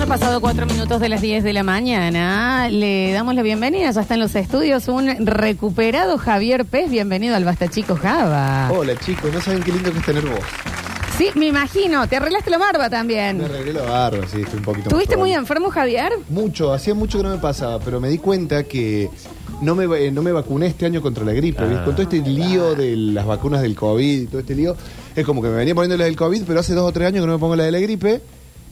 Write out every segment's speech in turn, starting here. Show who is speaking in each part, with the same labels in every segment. Speaker 1: han pasado cuatro minutos de las 10 de la mañana. Le damos la bienvenida. Ya está en los estudios un recuperado Javier Pez. Bienvenido al Basta Chico Java.
Speaker 2: Hola chicos, no saben qué lindo que es tener voz.
Speaker 1: Sí, me imagino. Te arreglaste la barba también.
Speaker 2: Me arreglé la barba, sí, estoy un poquito. más
Speaker 1: ¿Tuviste muy
Speaker 2: joven.
Speaker 1: enfermo, Javier?
Speaker 2: Mucho, hacía mucho que no me pasaba, pero me di cuenta que no me, va- eh, no me vacuné este año contra la gripe.
Speaker 3: Ah.
Speaker 2: ¿viste? Con todo este lío de las vacunas del COVID y todo este lío, es como que me venía poniendo la del COVID, pero hace dos o tres años que no me pongo la de la gripe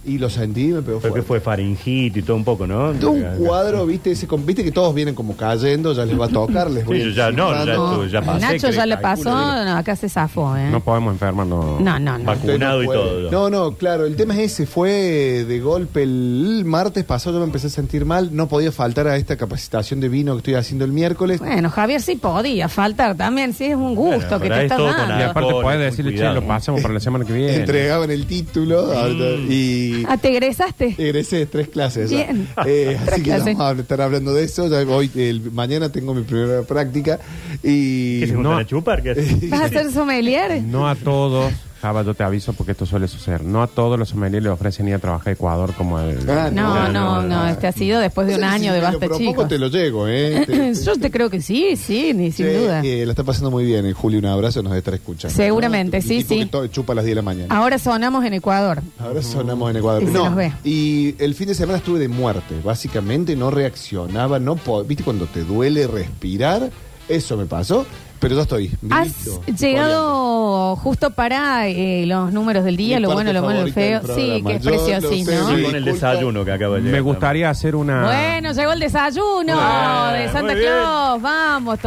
Speaker 2: y lo sentí y me pegó
Speaker 3: Pero que
Speaker 2: fuerte.
Speaker 3: fue faringito y todo un poco, ¿no?
Speaker 2: Todo un cuadro, viste, ese, con- viste que todos vienen como cayendo, ya les va a tocar, les voy
Speaker 3: Sí, yo ya no, ya
Speaker 2: encimando.
Speaker 3: estuve, ya pasé,
Speaker 1: Nacho
Speaker 3: creo,
Speaker 1: ya le
Speaker 3: calculo,
Speaker 1: pasó.
Speaker 3: digo.
Speaker 1: No, acá se zafó, ¿eh?
Speaker 4: No podemos enfermarnos.
Speaker 1: No, no, no.
Speaker 3: Vacu- Vacunado y
Speaker 2: puede.
Speaker 3: todo.
Speaker 2: No, no, claro, el tema es ese, fue de golpe el martes pasado, yo me empecé a sentir mal, no podía faltar a esta capacitación de vino que estoy haciendo el miércoles.
Speaker 1: Bueno, Javier sí podía faltar también. Sí, es un gusto que
Speaker 3: Bueno, pero
Speaker 1: te
Speaker 3: ahí
Speaker 1: estás
Speaker 3: todo con
Speaker 4: Y
Speaker 1: dando.
Speaker 4: aparte
Speaker 3: Alcohol,
Speaker 4: podés
Speaker 3: muy
Speaker 4: decirle, che,
Speaker 3: cuidado.
Speaker 4: lo pasamos para la semana que viene.
Speaker 2: Entregaban el título
Speaker 3: Mm.
Speaker 2: ahorita, y
Speaker 1: Ah, ¿te egresaste?
Speaker 2: egresé de tres clases. ya.
Speaker 1: Bien.
Speaker 2: Eh,
Speaker 1: Tres
Speaker 2: así que
Speaker 1: clases.
Speaker 2: vamos a estar hablando de eso, ya hoy, el- mañana tengo mi primera práctica y...
Speaker 3: ¿Qué se
Speaker 4: No.
Speaker 3: juntan a chupar? ¿Qué hacen?
Speaker 1: ¿Vas a ser sommelier?
Speaker 4: No a todos, Java, yo te aviso porque esto suele suceder. No a todos los sommeliers le ofrecen ir a trabajar a Ecuador como el.
Speaker 2: Ah,
Speaker 1: No,
Speaker 2: No,
Speaker 1: no, no. Este ha sido después de un año de
Speaker 2: Si me
Speaker 1: Basta
Speaker 2: lo propongo,
Speaker 1: Chicos.
Speaker 2: te lo llego, ¿eh? Te-
Speaker 1: Yo te creo que sí, sí, ni sin
Speaker 2: Che,
Speaker 1: duda.
Speaker 2: eh, la está pasando muy bien. El Julio, un abrazo, nos está escuchando.
Speaker 1: Seguramente,
Speaker 2: El
Speaker 1: sí,
Speaker 2: tipo
Speaker 1: sí.
Speaker 2: que to- chupa a las 10 de la mañana.
Speaker 1: Ahora sonamos en Ecuador.
Speaker 2: Ahora sonamos en Ecuador.
Speaker 1: Y se
Speaker 2: No,
Speaker 1: nos ve.
Speaker 2: y el fin de semana estuve de muerte. Básicamente no reaccionaba, no po- ¿Viste cuando te duele respirar? Eso me pasó, pero ya estoy.
Speaker 1: Has
Speaker 2: vivito,
Speaker 1: llegado justo para eh, los números del día,
Speaker 2: Mi
Speaker 1: lo bueno,
Speaker 2: parte
Speaker 1: lo malo, lo feo.
Speaker 2: favorita
Speaker 1: Sí,
Speaker 2: del
Speaker 1: que
Speaker 2: programa.
Speaker 1: es
Speaker 2: Yo lo
Speaker 1: preciosín,
Speaker 2: sé,
Speaker 1: ¿no?
Speaker 2: sí.
Speaker 3: Con el desayuno que acaba de llegar.
Speaker 4: Me gustaría hacer una.
Speaker 1: Bueno, llegó el desayuno
Speaker 3: Muy bien,
Speaker 1: de Santa
Speaker 3: muy bien.
Speaker 1: Claus. Vamos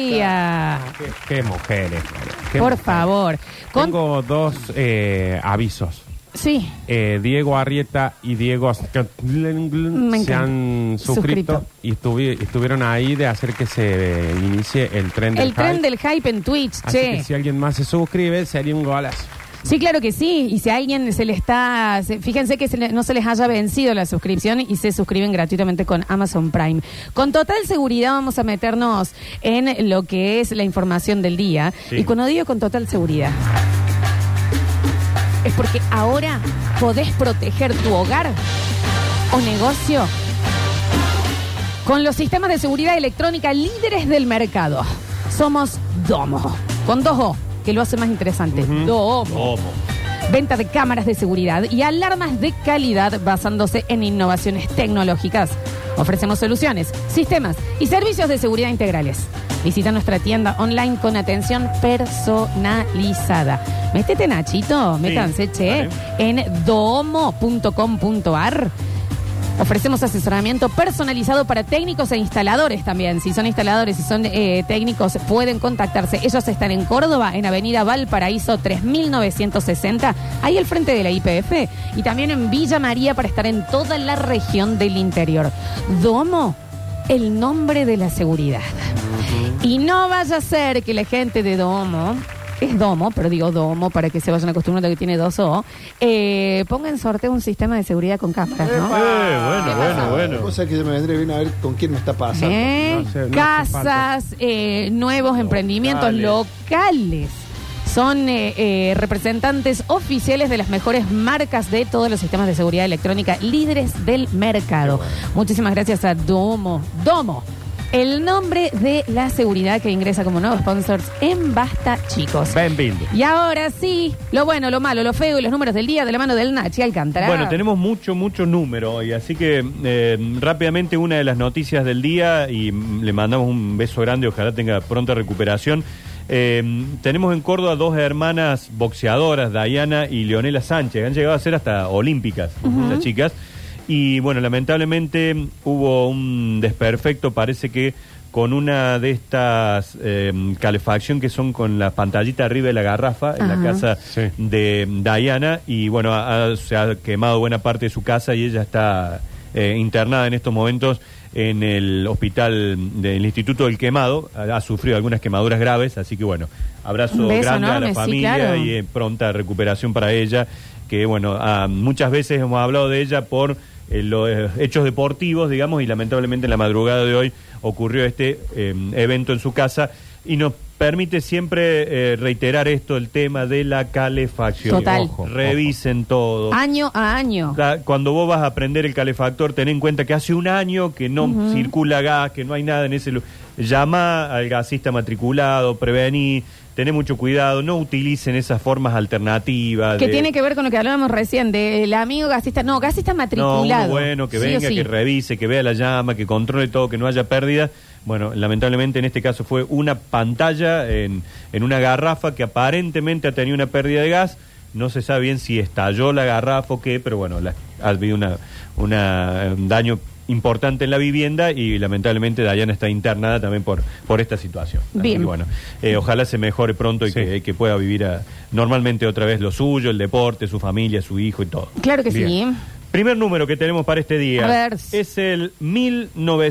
Speaker 1: todavía.
Speaker 4: Qué, qué mujeres. qué
Speaker 1: Por
Speaker 4: mujeres.
Speaker 1: favor. Con-
Speaker 4: Tengo dos eh, avisos.
Speaker 1: Sí.
Speaker 4: Eh, Diego Arrieta y Diego Scantlenglen se
Speaker 1: encanta.
Speaker 4: han
Speaker 1: Suscrito.
Speaker 4: suscrito, y estuvi- estuvieron ahí de hacer que se eh, inicie el tren del
Speaker 1: El tren
Speaker 4: hype.
Speaker 1: del hype en Twitch,
Speaker 4: Así
Speaker 1: che.
Speaker 4: que si alguien más se suscribe, sería un golazo.
Speaker 1: Sí, claro que sí. Y si a alguien se le está. se- fíjense que se le- no se les haya vencido la suscripción y se suscriben gratuitamente con Amazon Prime. Con total seguridad vamos a meternos en lo que es la información del día.
Speaker 3: Sí.
Speaker 1: Y cuando digo con total seguridad, es porque ahora podés proteger tu hogar o negocio con los sistemas de seguridad electrónica líderes del mercado. Somos Domo. Con dos O, que lo hace más interesante. Domo.
Speaker 3: ¿Cómo?
Speaker 1: Venta de cámaras de seguridad y alarmas de calidad basándose en innovaciones tecnológicas. Ofrecemos soluciones, sistemas y servicios de seguridad integrales. Visita nuestra tienda online con atención personalizada. Métete, Nachito, métanse, che,
Speaker 3: dale.
Speaker 1: en domo.com.ar. Ofrecemos asesoramiento personalizado para técnicos e instaladores también. Si son instaladores, si son eh, técnicos, pueden contactarse. Ellos están en Córdoba, en Avenida Valparaíso 3960, ahí al frente de la IPF. Y también en Villa María para estar en toda la región del interior. Domo, el nombre de la seguridad. Y no vaya a ser que la gente de Domo, es Domo, pero digo Domo para que se vayan acostumbrando que tiene dos O, eh, ponga en sorteo un sistema de seguridad con cámaras, ¿no?
Speaker 3: Eh, bueno, bueno, bueno.
Speaker 2: Cosa que yo me vendré bien a ver con quién me está pasando.
Speaker 1: ¿Eh?
Speaker 4: No sé, no hace
Speaker 1: Casas, eh, nuevos emprendimientos locales. Son eh, eh, representantes oficiales de las mejores marcas de todos los sistemas de seguridad electrónica, líderes del mercado. Muchísimas gracias a Domo. Domo, el nombre de la seguridad que ingresa como nuevo sponsors en Basta Chicos.
Speaker 3: Ben Bild.
Speaker 1: Y ahora sí, lo bueno, lo malo, lo feo y los números del día de la mano del Nachi Alcántara.
Speaker 3: Bueno, tenemos mucho, mucho número hoy, así que eh, rápidamente una de las noticias del día y mm, le mandamos un beso grande, ojalá tenga pronta recuperación. Eh, tenemos en Córdoba dos hermanas boxeadoras, Dayana y Leonela Sánchez, han llegado a ser hasta olímpicas, estas chicas. Y bueno, lamentablemente mm, hubo un desperfecto, parece que con una de estas eh, calefacción que son con la pantallita arriba de la garrafa en
Speaker 1: Ajá.
Speaker 3: la casa
Speaker 4: Sí.
Speaker 3: de Diana y bueno, ha- ha- se ha quemado buena parte de su casa y ella está eh, internada en estos momentos en el hospital del Instituto del Quemado. Ha, ha sufrido algunas quemaduras graves, así que bueno, abrazo
Speaker 1: Un beso
Speaker 3: grande a
Speaker 1: enorme, sí,
Speaker 3: la familia
Speaker 1: claro.
Speaker 3: y eh, pronta recuperación para ella, que bueno, ah, muchas veces hemos hablado de ella por... eh, los eh, hechos deportivos, digamos, y lamentablemente en la madrugada de hoy ocurrió este eh, evento en su casa y nos permite siempre eh, reiterar esto, el tema de la calefacción.
Speaker 1: Total.
Speaker 4: Ojo,
Speaker 3: Revisen todo.
Speaker 1: Año a año.
Speaker 3: La- cuando vos vas a prender el calefactor, ten en cuenta que hace un año que no circula gas, que no hay nada en ese lugar. Llama al gasista matriculado, prevení, tené mucho cuidado, no utilicen esas formas alternativas.
Speaker 1: Que
Speaker 3: de-
Speaker 1: tiene que ver con lo que hablábamos recién del amigo gasista. No, gasista
Speaker 3: No,
Speaker 1: matriculado.
Speaker 3: uno bueno, que
Speaker 1: Sí o
Speaker 3: venga,
Speaker 1: sí.
Speaker 3: que revise, que vea la llama, que controle todo, que no haya pérdida. Bueno, lamentablemente en este caso fue una pantalla en, en una garrafa que aparentemente ha tenido una pérdida de gas. No se sabe bien si estalló la garrafa o qué, pero bueno, la- ha habido una, una, eh, un daño importante en la vivienda y lamentablemente Dayana está internada también por, por esta situación. Así
Speaker 1: Bien.
Speaker 3: que, bueno, eh, ojalá se mejore pronto y que, que pueda vivir a- normalmente otra vez lo suyo, el deporte, su familia, su hijo y todo.
Speaker 1: Claro que
Speaker 3: Bien.
Speaker 1: sí. ¿eh?
Speaker 3: Primer número que tenemos para este día
Speaker 1: A ver.
Speaker 3: es el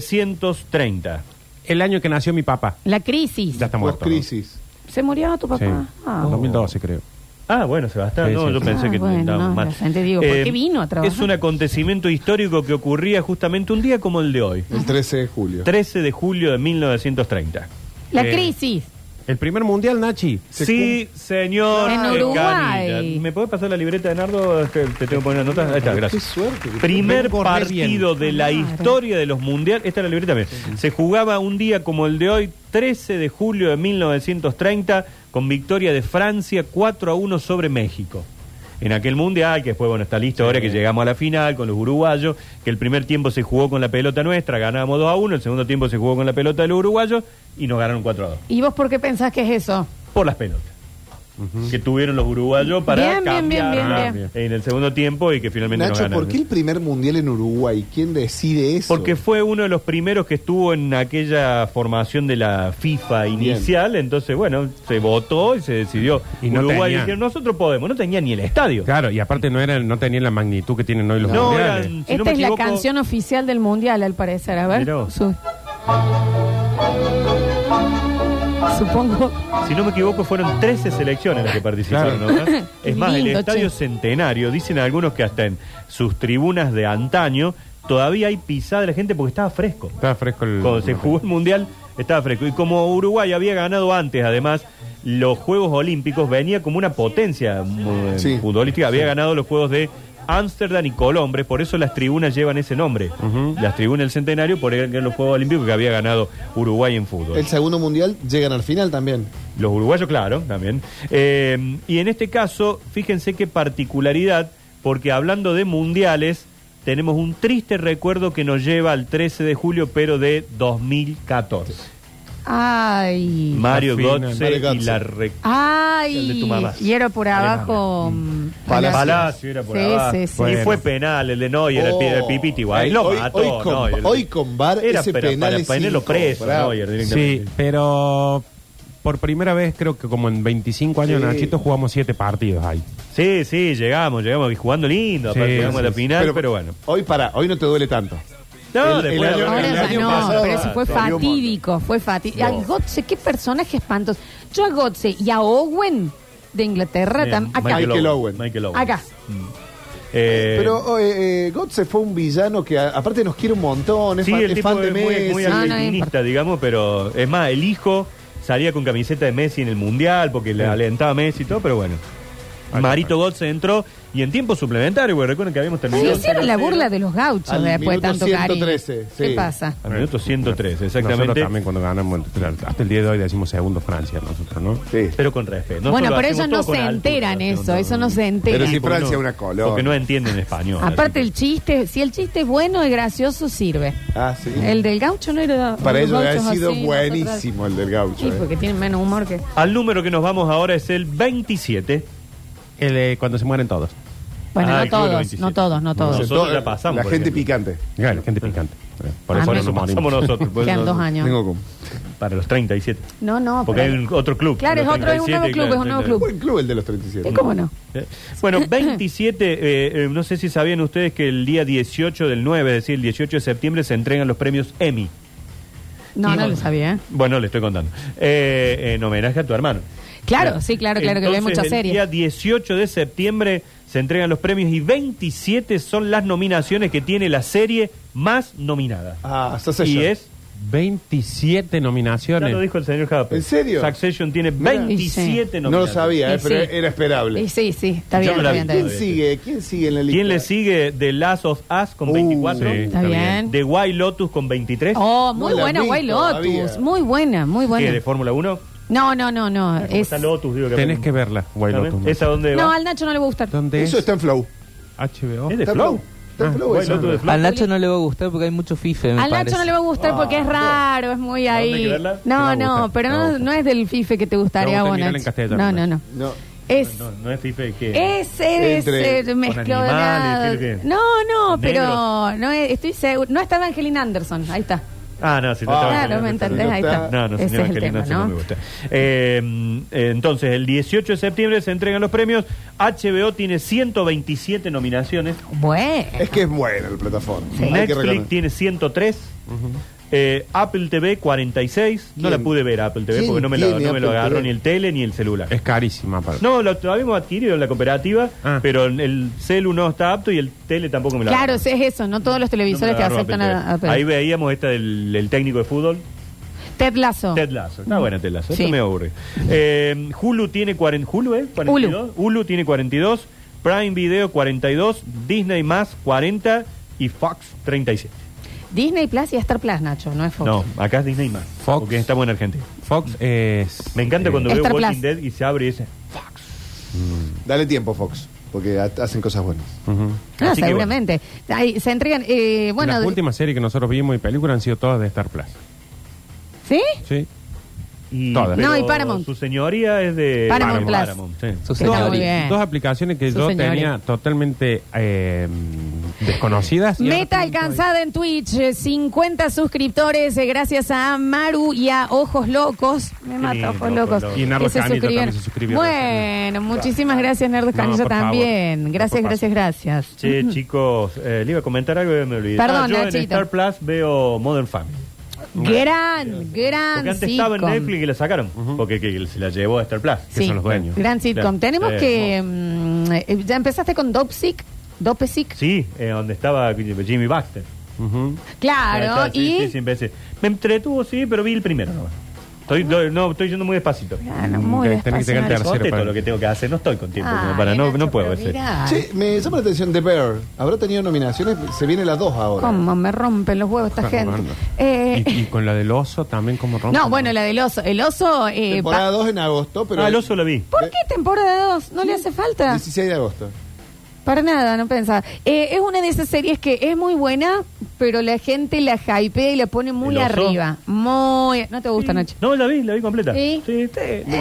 Speaker 3: 1930.
Speaker 4: El año que nació mi papá.
Speaker 1: La crisis.
Speaker 4: Ya está
Speaker 2: Post
Speaker 4: muerto. ¿no? Oh.
Speaker 2: crisis.
Speaker 1: ¿Se murió tu papá?
Speaker 4: Sí.
Speaker 1: Ah.
Speaker 4: 2012 creo.
Speaker 3: Ah, bueno, Sebastián,
Speaker 4: Sí,
Speaker 3: no,
Speaker 4: sí,
Speaker 3: yo
Speaker 4: sí.
Speaker 3: pensé
Speaker 1: Ah,
Speaker 3: que
Speaker 1: bueno,
Speaker 3: estábamos
Speaker 1: no,
Speaker 3: mal. Eh,
Speaker 1: la gente digo, ¿por qué vino a trabajar?
Speaker 3: Es un acontecimiento histórico que ocurría justamente un día como el de hoy,
Speaker 2: El 13 de julio.
Speaker 3: 13 de julio de 1930.
Speaker 1: La
Speaker 4: Eh,
Speaker 1: crisis.
Speaker 4: El primer mundial, Nachi.
Speaker 2: Se
Speaker 3: sí, señor.
Speaker 1: En
Speaker 3: eh,
Speaker 1: Uruguay.
Speaker 3: Canilla. ¿Me puede pasar la libreta de Nardo? Te, te tengo que poner una nota. Ahí está,
Speaker 2: Pero
Speaker 3: gracias.
Speaker 2: Qué suerte. que
Speaker 3: Primer
Speaker 4: Vengo re
Speaker 3: partido de la
Speaker 1: Claro.
Speaker 3: historia de los mundiales. Esta es la libreta también. Se jugaba un día como el de hoy, 13 de julio de 1930, con victoria de Francia 4 a 1 sobre México. En aquel mundial, que después, bueno, está listo ahora que llegamos a la final con los uruguayos, que el primer tiempo se jugó con la pelota nuestra, ganábamos 2 a 1, el segundo tiempo se jugó con la pelota de los uruguayos y nos ganaron 4 a 2.
Speaker 1: ¿Y vos por qué pensás que es eso?
Speaker 3: Por las pelotas. Que tuvieron los uruguayos para
Speaker 1: Bien, bien, bien,
Speaker 3: cambiar
Speaker 1: bien,
Speaker 4: bien.
Speaker 3: en el segundo tiempo y que
Speaker 2: tú-
Speaker 3: finalmente nos
Speaker 2: Nacho,
Speaker 3: ganaron.
Speaker 2: ¿por qué el primer mundial en Uruguay? ¿Quién decide eso?
Speaker 3: Porque fue uno de los primeros que estuvo en aquella formación de la FIFA inicial, entonces bueno, se votó y se decidió.
Speaker 4: Y no
Speaker 3: Uruguay
Speaker 4: tenían.
Speaker 3: dijeron, nosotros podemos, no tenía ni el estadio.
Speaker 4: Claro, y aparte no, eran, no tenían la magnitud que tienen hoy los
Speaker 3: No,
Speaker 4: mundiales.
Speaker 3: eran- Si no
Speaker 1: Esta
Speaker 3: me
Speaker 1: es
Speaker 3: equivoco-
Speaker 1: la canción oficial del mundial, al parecer. A ver.
Speaker 3: Mirá vos.
Speaker 1: su- Supongo.
Speaker 3: Si no me equivoco, fueron 13 selecciones las que participaron.
Speaker 4: Claro.
Speaker 3: ¿no? Es más, el
Speaker 1: Lindo,
Speaker 3: Estadio
Speaker 1: che.
Speaker 3: Centenario, dicen algunos que hasta en sus tribunas de antaño todavía hay pisada de la gente porque estaba fresco.
Speaker 4: Estaba fresco el.
Speaker 3: Cuando se jugó el Mundial estaba fresco. Y como Uruguay había ganado antes, además, los Juegos Olímpicos venía como una potencia mm,
Speaker 2: Sí.
Speaker 3: futbolística. Había ganado los Juegos de Ámsterdam y Colombre, por eso las tribunas llevan ese nombre. Las tribunas del Centenario, por eran los Juegos Olímpicos que había ganado Uruguay en fútbol.
Speaker 2: El segundo mundial llegan al final también.
Speaker 3: Los uruguayos, claro, también. Eh, y en este caso, fíjense qué particularidad, porque hablando de mundiales, tenemos un triste recuerdo que nos lleva al 13 de julio, pero de 2014.
Speaker 1: Ay.
Speaker 3: Mario
Speaker 4: La final,
Speaker 3: Götze
Speaker 2: Mario
Speaker 3: y
Speaker 2: Götze.
Speaker 3: la re- El de
Speaker 1: Ay.
Speaker 3: tu mamá.
Speaker 1: Y era por abajo. mm,
Speaker 2: Palacio.
Speaker 3: Palacio era por
Speaker 1: Sí,
Speaker 3: abajo.
Speaker 1: sí, sí.
Speaker 3: Y
Speaker 4: Bueno.
Speaker 3: fue penal el de Noy, era el pi- el
Speaker 2: Oh.
Speaker 3: Pipiti Guay. Lo
Speaker 2: Hoy-
Speaker 3: mató.
Speaker 2: hoy con-
Speaker 3: Neuer.
Speaker 2: hoy con VAR
Speaker 3: era
Speaker 2: ese
Speaker 3: para,
Speaker 2: penal
Speaker 3: para
Speaker 2: es
Speaker 3: ponerlo preso,
Speaker 2: incomparable.
Speaker 3: Neuer, directamente.
Speaker 4: Sí, pero por primera vez creo que como en 25 años,
Speaker 2: Sí.
Speaker 4: Nachito, jugamos 7 partidos ahí.
Speaker 3: Sí, sí, llegamos, llegamos y jugando lindo,
Speaker 4: Sí,
Speaker 3: aparte llegamos
Speaker 4: sí,
Speaker 3: a la
Speaker 4: sí.
Speaker 3: final, pero, bueno.
Speaker 2: Hoy para, hoy no te duele tanto.
Speaker 3: No,
Speaker 2: El- el
Speaker 3: después
Speaker 2: año-
Speaker 3: habrá-
Speaker 1: Ahora
Speaker 2: el
Speaker 1: ya
Speaker 2: año
Speaker 1: no,
Speaker 2: pasado
Speaker 1: pero ese fue
Speaker 2: salió un montón.
Speaker 1: fatídico, fue fatídico. A
Speaker 3: No.
Speaker 1: Gotze, qué personaje espantoso. Yo a Gotze y a Owen de Inglaterra,
Speaker 3: Bien,
Speaker 1: tam- acá,
Speaker 2: Michael Owen.
Speaker 3: Michael Owen.
Speaker 1: acá.
Speaker 3: Eh,
Speaker 2: Pero oh, eh, eh, Götze fue un villano que a- aparte nos quiere un montón, es
Speaker 3: sí,
Speaker 2: fan,
Speaker 3: el
Speaker 2: es
Speaker 3: tipo
Speaker 2: fan de
Speaker 3: es muy,
Speaker 2: Messi.
Speaker 3: muy
Speaker 1: Ah, no, no
Speaker 3: argentinista,
Speaker 1: importa.
Speaker 3: digamos, pero es más, el hijo salía con camiseta de Messi en el Mundial porque le
Speaker 4: Sí.
Speaker 3: alentaba a Messi y todo, pero bueno.
Speaker 4: Ahí
Speaker 3: Marito Götze entró y en tiempo suplementario, porque recuerden que habíamos
Speaker 1: Se
Speaker 3: terminado...
Speaker 1: hicieron la
Speaker 3: 0-0.
Speaker 1: burla de los gauchos
Speaker 2: Al
Speaker 1: después de tanto
Speaker 2: minuto 113,
Speaker 1: cariño.
Speaker 2: sí.
Speaker 1: ¿Qué pasa?
Speaker 3: Al minuto 103,
Speaker 4: Nosotros
Speaker 3: exactamente.
Speaker 4: también cuando ganamos, hasta el día de hoy decimos segundo Francia nosotros, ¿no?
Speaker 2: Sí.
Speaker 3: Pero con respeto. Nosotros
Speaker 1: bueno,
Speaker 3: lo
Speaker 1: pero
Speaker 3: hacemos
Speaker 1: ellos no
Speaker 3: todo con
Speaker 1: se
Speaker 3: altura,
Speaker 1: enteran
Speaker 3: hacemos
Speaker 1: eso,
Speaker 3: todo
Speaker 1: eso
Speaker 3: con-
Speaker 1: no se
Speaker 2: Pero
Speaker 1: enteran.
Speaker 2: si Francia es
Speaker 3: no-
Speaker 2: una
Speaker 3: Porque no
Speaker 2: colonia.
Speaker 3: entienden español.
Speaker 1: Aparte el
Speaker 3: así
Speaker 1: chiste, si el chiste es bueno y gracioso, sirve.
Speaker 2: Ah, sí.
Speaker 1: El del gaucho no era...
Speaker 2: Para
Speaker 1: los
Speaker 2: ellos ha
Speaker 1: gauchos
Speaker 2: sido
Speaker 1: así,
Speaker 2: buenísimo el del
Speaker 1: nosotros-
Speaker 2: gaucho.
Speaker 1: Sí,
Speaker 2: eh.
Speaker 1: porque tienen menos humor que...
Speaker 3: que- Al número que nos vamos ahora es el 27.
Speaker 4: El, eh, cuando se mueren todos.
Speaker 1: Bueno,
Speaker 3: Ah,
Speaker 1: no
Speaker 3: el club de los
Speaker 1: todos,
Speaker 3: 27.
Speaker 1: no todos, no todos.
Speaker 3: Nosotros
Speaker 2: Todo-
Speaker 3: ya pasamos,
Speaker 2: La
Speaker 3: por
Speaker 2: gente
Speaker 3: ejemplo.
Speaker 2: picante.
Speaker 4: Claro, gente picante. Por
Speaker 1: Ah,
Speaker 4: eso
Speaker 1: mira.
Speaker 4: nos morimos.
Speaker 3: Pasamos nosotros. pues,
Speaker 1: Quedan dos
Speaker 3: nosotros-
Speaker 1: años.
Speaker 2: Tengo como-
Speaker 3: Para los 37.
Speaker 1: No, no.
Speaker 3: Porque
Speaker 1: pero-
Speaker 3: hay un- otro club.
Speaker 1: Claro, es
Speaker 3: Los
Speaker 1: otro, es un nuevo
Speaker 3: 37,
Speaker 1: club, es un nuevo
Speaker 3: claro.
Speaker 1: club.
Speaker 2: Buen club el de los 37.
Speaker 1: ¿Y ¿Cómo no?
Speaker 3: Eh, Bueno, 27, eh, eh, no sé si sabían ustedes que el día 18 del 9, es decir, el 18 de septiembre, se entregan los premios Emmy.
Speaker 1: No,
Speaker 3: Y-
Speaker 1: no lo sabía. ¿eh?
Speaker 3: Bueno, le estoy contando. Eh, en homenaje a tu hermano.
Speaker 1: Claro, sí, claro, claro, que lo ve
Speaker 3: Entonces,
Speaker 1: mucha
Speaker 3: El día
Speaker 1: serie.
Speaker 3: 18 de septiembre se entregan los premios y 27 son las nominaciones que tiene la serie más nominada.
Speaker 2: Ah, Succession.
Speaker 3: y este es
Speaker 4: 27
Speaker 3: Ya
Speaker 4: nominaciones.
Speaker 3: lo dijo el señor Japa.
Speaker 2: ¿En serio?
Speaker 3: Succession tiene
Speaker 2: Mira.
Speaker 3: 27
Speaker 2: No lo
Speaker 3: nominaciones.
Speaker 2: sabía, eh,
Speaker 1: Y
Speaker 2: pero
Speaker 1: sí.
Speaker 2: era
Speaker 1: Y
Speaker 2: esperable.
Speaker 1: sí, sí, está
Speaker 3: Yo
Speaker 1: bien,
Speaker 3: me la
Speaker 1: está
Speaker 3: vi.
Speaker 1: bien, está
Speaker 2: ¿Quién
Speaker 1: bien.
Speaker 2: sigue? ¿Quién sigue en la lista?
Speaker 3: ¿Quién le sigue? The Last of Us con
Speaker 2: Uh,
Speaker 3: 24.
Speaker 4: sí.
Speaker 1: Está
Speaker 4: Está
Speaker 1: bien.
Speaker 3: The White Lotus con 23.
Speaker 1: Oh, muy
Speaker 2: No la
Speaker 1: buena,
Speaker 2: vi
Speaker 1: White Lotus.
Speaker 2: todavía.
Speaker 1: Muy buena, muy
Speaker 3: ¿Qué,
Speaker 1: buena.
Speaker 3: de Fórmula 1?
Speaker 1: No, no, no, no.
Speaker 3: ¿Cómo
Speaker 1: Ah, Es...
Speaker 3: está Lotus? Digo,
Speaker 4: Tenés que verla, White
Speaker 3: ¿También?
Speaker 4: Lotus.
Speaker 3: ¿Esa dónde
Speaker 1: No,
Speaker 3: va?
Speaker 1: al Nacho no le va a gustar.
Speaker 4: ¿Dónde
Speaker 2: Eso
Speaker 4: es?
Speaker 2: está en Flow.
Speaker 4: HBO.
Speaker 3: Es de
Speaker 2: Está en
Speaker 3: Flow.
Speaker 2: Está en
Speaker 4: Ah,
Speaker 2: Flow
Speaker 3: White
Speaker 2: eso.
Speaker 3: Lotus de Flow.
Speaker 5: Al Nacho no le va a gustar porque hay mucho FIFA, me
Speaker 1: Al Nacho
Speaker 5: parece.
Speaker 1: no le va a gustar porque es raro, es muy
Speaker 3: Ah, ¿A dónde
Speaker 1: ahí.
Speaker 3: hay que verla?
Speaker 4: Te va
Speaker 1: No,
Speaker 4: a
Speaker 1: no,
Speaker 4: gustar,
Speaker 1: pero
Speaker 4: te va a
Speaker 1: no,
Speaker 4: gustar.
Speaker 1: no es del FIFA que te gustaría a
Speaker 4: Te va a
Speaker 1: vos,
Speaker 4: gustar mirarla
Speaker 1: Nacho.
Speaker 4: en castellano,
Speaker 1: No, no, no.
Speaker 2: No.
Speaker 1: Es,
Speaker 3: No, no es FIFA que...
Speaker 1: es, es,
Speaker 2: Entre-
Speaker 1: eh, mezclado de
Speaker 3: animales,
Speaker 1: nada.
Speaker 3: ¿qué- qué?
Speaker 1: No, no,
Speaker 3: Negros.
Speaker 1: pero no es- estoy seguro. No estaba Angelina Anderson, ahí está.
Speaker 3: Ah, no, si no
Speaker 2: Ah,
Speaker 3: estaba
Speaker 1: claro,
Speaker 3: Angelina,
Speaker 1: me
Speaker 3: está bien.
Speaker 1: entendés, ahí está.
Speaker 3: No, no,
Speaker 1: Ese
Speaker 3: señora
Speaker 1: es el
Speaker 3: Angelina,
Speaker 1: tema,
Speaker 3: eso no
Speaker 1: ¿no?
Speaker 3: me gusta. Eh, mm, eh, entonces, el 18 de septiembre se entregan los premios. HBO tiene 127 nominaciones.
Speaker 1: Bueno.
Speaker 2: Es que es buena la plataforma. Hay que
Speaker 3: Netflix
Speaker 2: reconocer.
Speaker 3: tiene 103. Eh, Apple TV 46. No la
Speaker 2: ¿Quién?
Speaker 3: pude ver Apple TV
Speaker 2: ¿Quién
Speaker 3: porque no me, la-
Speaker 2: tiene
Speaker 3: no me lo
Speaker 2: Apple
Speaker 3: agarró
Speaker 2: TV?
Speaker 3: ni el tele ni el celular.
Speaker 4: Es carísima, aparte.
Speaker 3: No, lo, lo habíamos adquirido en la cooperativa,
Speaker 4: Ah.
Speaker 3: pero el celu no está apto y el tele tampoco me lo
Speaker 1: Claro,
Speaker 3: agarró.
Speaker 1: sí, es eso, no todos los
Speaker 3: No me
Speaker 1: televisores
Speaker 3: lo
Speaker 1: que
Speaker 3: agarró
Speaker 1: aceptan
Speaker 3: Apple
Speaker 1: a,
Speaker 3: TV. Ahí veíamos esta del del técnico de fútbol.
Speaker 1: a- Ted Lasso.
Speaker 3: Ted Lasso. Está buena Ted Lasso.
Speaker 1: Sí.
Speaker 3: Esto me aburre. Eh, Hulu tiene 40. Hulu, ¿eh? 42. Hulu. tiene 42. Prime Video 42. Disney más 40. Y Fox 37.
Speaker 1: Disney Plus y Star Plus, Nacho, no es Fox. Ah,
Speaker 3: No, acá es Disney más.
Speaker 4: Fox.
Speaker 3: Porque estamos en Argentina.
Speaker 4: Fox es.
Speaker 3: Me encanta
Speaker 4: eh,
Speaker 3: cuando veo
Speaker 1: Star
Speaker 3: Walking
Speaker 1: Plus.
Speaker 3: Dead y se abre ese.
Speaker 2: Dale tiempo, Fox, porque ha- hacen cosas buenas.
Speaker 4: ujú.
Speaker 1: Ah,
Speaker 3: Así que
Speaker 1: seguramente. Ahí se entregan, eh, bueno,
Speaker 4: Las últimas series que nosotros vimos y películas han sido todas de Star Plus.
Speaker 1: ¿sí?
Speaker 4: Sí.
Speaker 3: Y,
Speaker 4: Todas.
Speaker 3: pero
Speaker 1: No, y Paramount.
Speaker 3: Su señoría es de
Speaker 1: Paramount Plus.
Speaker 3: sí.
Speaker 5: Su
Speaker 1: Está muy
Speaker 5: señoría.
Speaker 1: bien.
Speaker 4: Dos aplicaciones que
Speaker 1: Su
Speaker 4: yo
Speaker 1: señoría.
Speaker 4: tenía totalmente eh, desconocidas. y ahora
Speaker 1: Meta
Speaker 4: tengo-
Speaker 1: alcanzada en Twitch, eh, 50 suscriptores, eh, gracias a Maru y a Ojos Locos. Me
Speaker 3: lindo,
Speaker 1: mato, Ojos
Speaker 3: Ojos
Speaker 1: Locos.
Speaker 3: Locos.
Speaker 4: Y Nardo
Speaker 1: que se
Speaker 4: Canilla
Speaker 1: suscribieron.
Speaker 4: también se suscribió.
Speaker 1: Bueno, muchísimas gracias, Nerdo
Speaker 4: No,
Speaker 1: Canilla
Speaker 4: por favor.
Speaker 1: también. Gracias,
Speaker 4: No, por
Speaker 1: gracias,
Speaker 4: favor.
Speaker 1: gracias.
Speaker 3: Che, chicos, eh, le iba a comentar algo y me olvidé.
Speaker 1: Perdón,
Speaker 3: Ah, yo en
Speaker 1: Nachito.
Speaker 3: Star Plus veo Modern Family.
Speaker 1: Gran, gran
Speaker 3: Porque antes
Speaker 1: Ah, sitcom.
Speaker 3: estaba en Netflix y la sacaron. Porque que se la llevó a Star Plus.
Speaker 4: que son los dueños.
Speaker 1: Gran sitcom.
Speaker 3: Claro. Eh,
Speaker 1: Tenemos
Speaker 3: Sí,
Speaker 1: que. mm, eh, ya empezaste con Dopesick. Dopesick.
Speaker 3: Sí, eh, donde estaba Jimmy Baxter.
Speaker 4: Ujú.
Speaker 1: Claro.
Speaker 3: Ahí está, sí,
Speaker 1: y.
Speaker 3: sí, sí, empecé. Me entretuvo, sí, pero vi el primero. nomás. Estoy, do- no, estoy yendo muy despacito.
Speaker 1: Claro, muy
Speaker 4: Tenés Mm, que
Speaker 1: despacio,
Speaker 4: llegar
Speaker 1: Nacho.
Speaker 4: tercero
Speaker 3: Conté
Speaker 4: para-
Speaker 3: todo lo que tengo que hacer, no estoy con tiempo
Speaker 1: Ay,
Speaker 3: como para, no,
Speaker 1: Nacho,
Speaker 3: no puedo
Speaker 1: pero
Speaker 3: hacer.
Speaker 1: mirá.
Speaker 2: Che, me llama la atención The Bear. ¿Habrá tenido nominaciones? Se vienen las dos ahora.
Speaker 1: ¿Cómo me rompen los huevos esta gente?
Speaker 4: Bárbaro.
Speaker 1: Eh,
Speaker 4: y, y con la del oso también como rompe.
Speaker 1: no, bueno, la del oso. El oso. eh,
Speaker 2: Temporada
Speaker 1: pa-
Speaker 2: 2 en agosto, pero.
Speaker 3: ah, el oso lo vi.
Speaker 1: ¿Por qué temporada 2? No le hace falta.
Speaker 2: 16 de agosto.
Speaker 1: Para nada, no pensaba. Eh, es una de esas series que es muy buena, pero la gente la hypea y la pone muy
Speaker 3: ¿El oso?
Speaker 1: arriba. Muy. ¿No te gusta,
Speaker 5: Mm.
Speaker 1: Nacho?
Speaker 3: No, la vi, la vi completa.
Speaker 1: ¿Sí?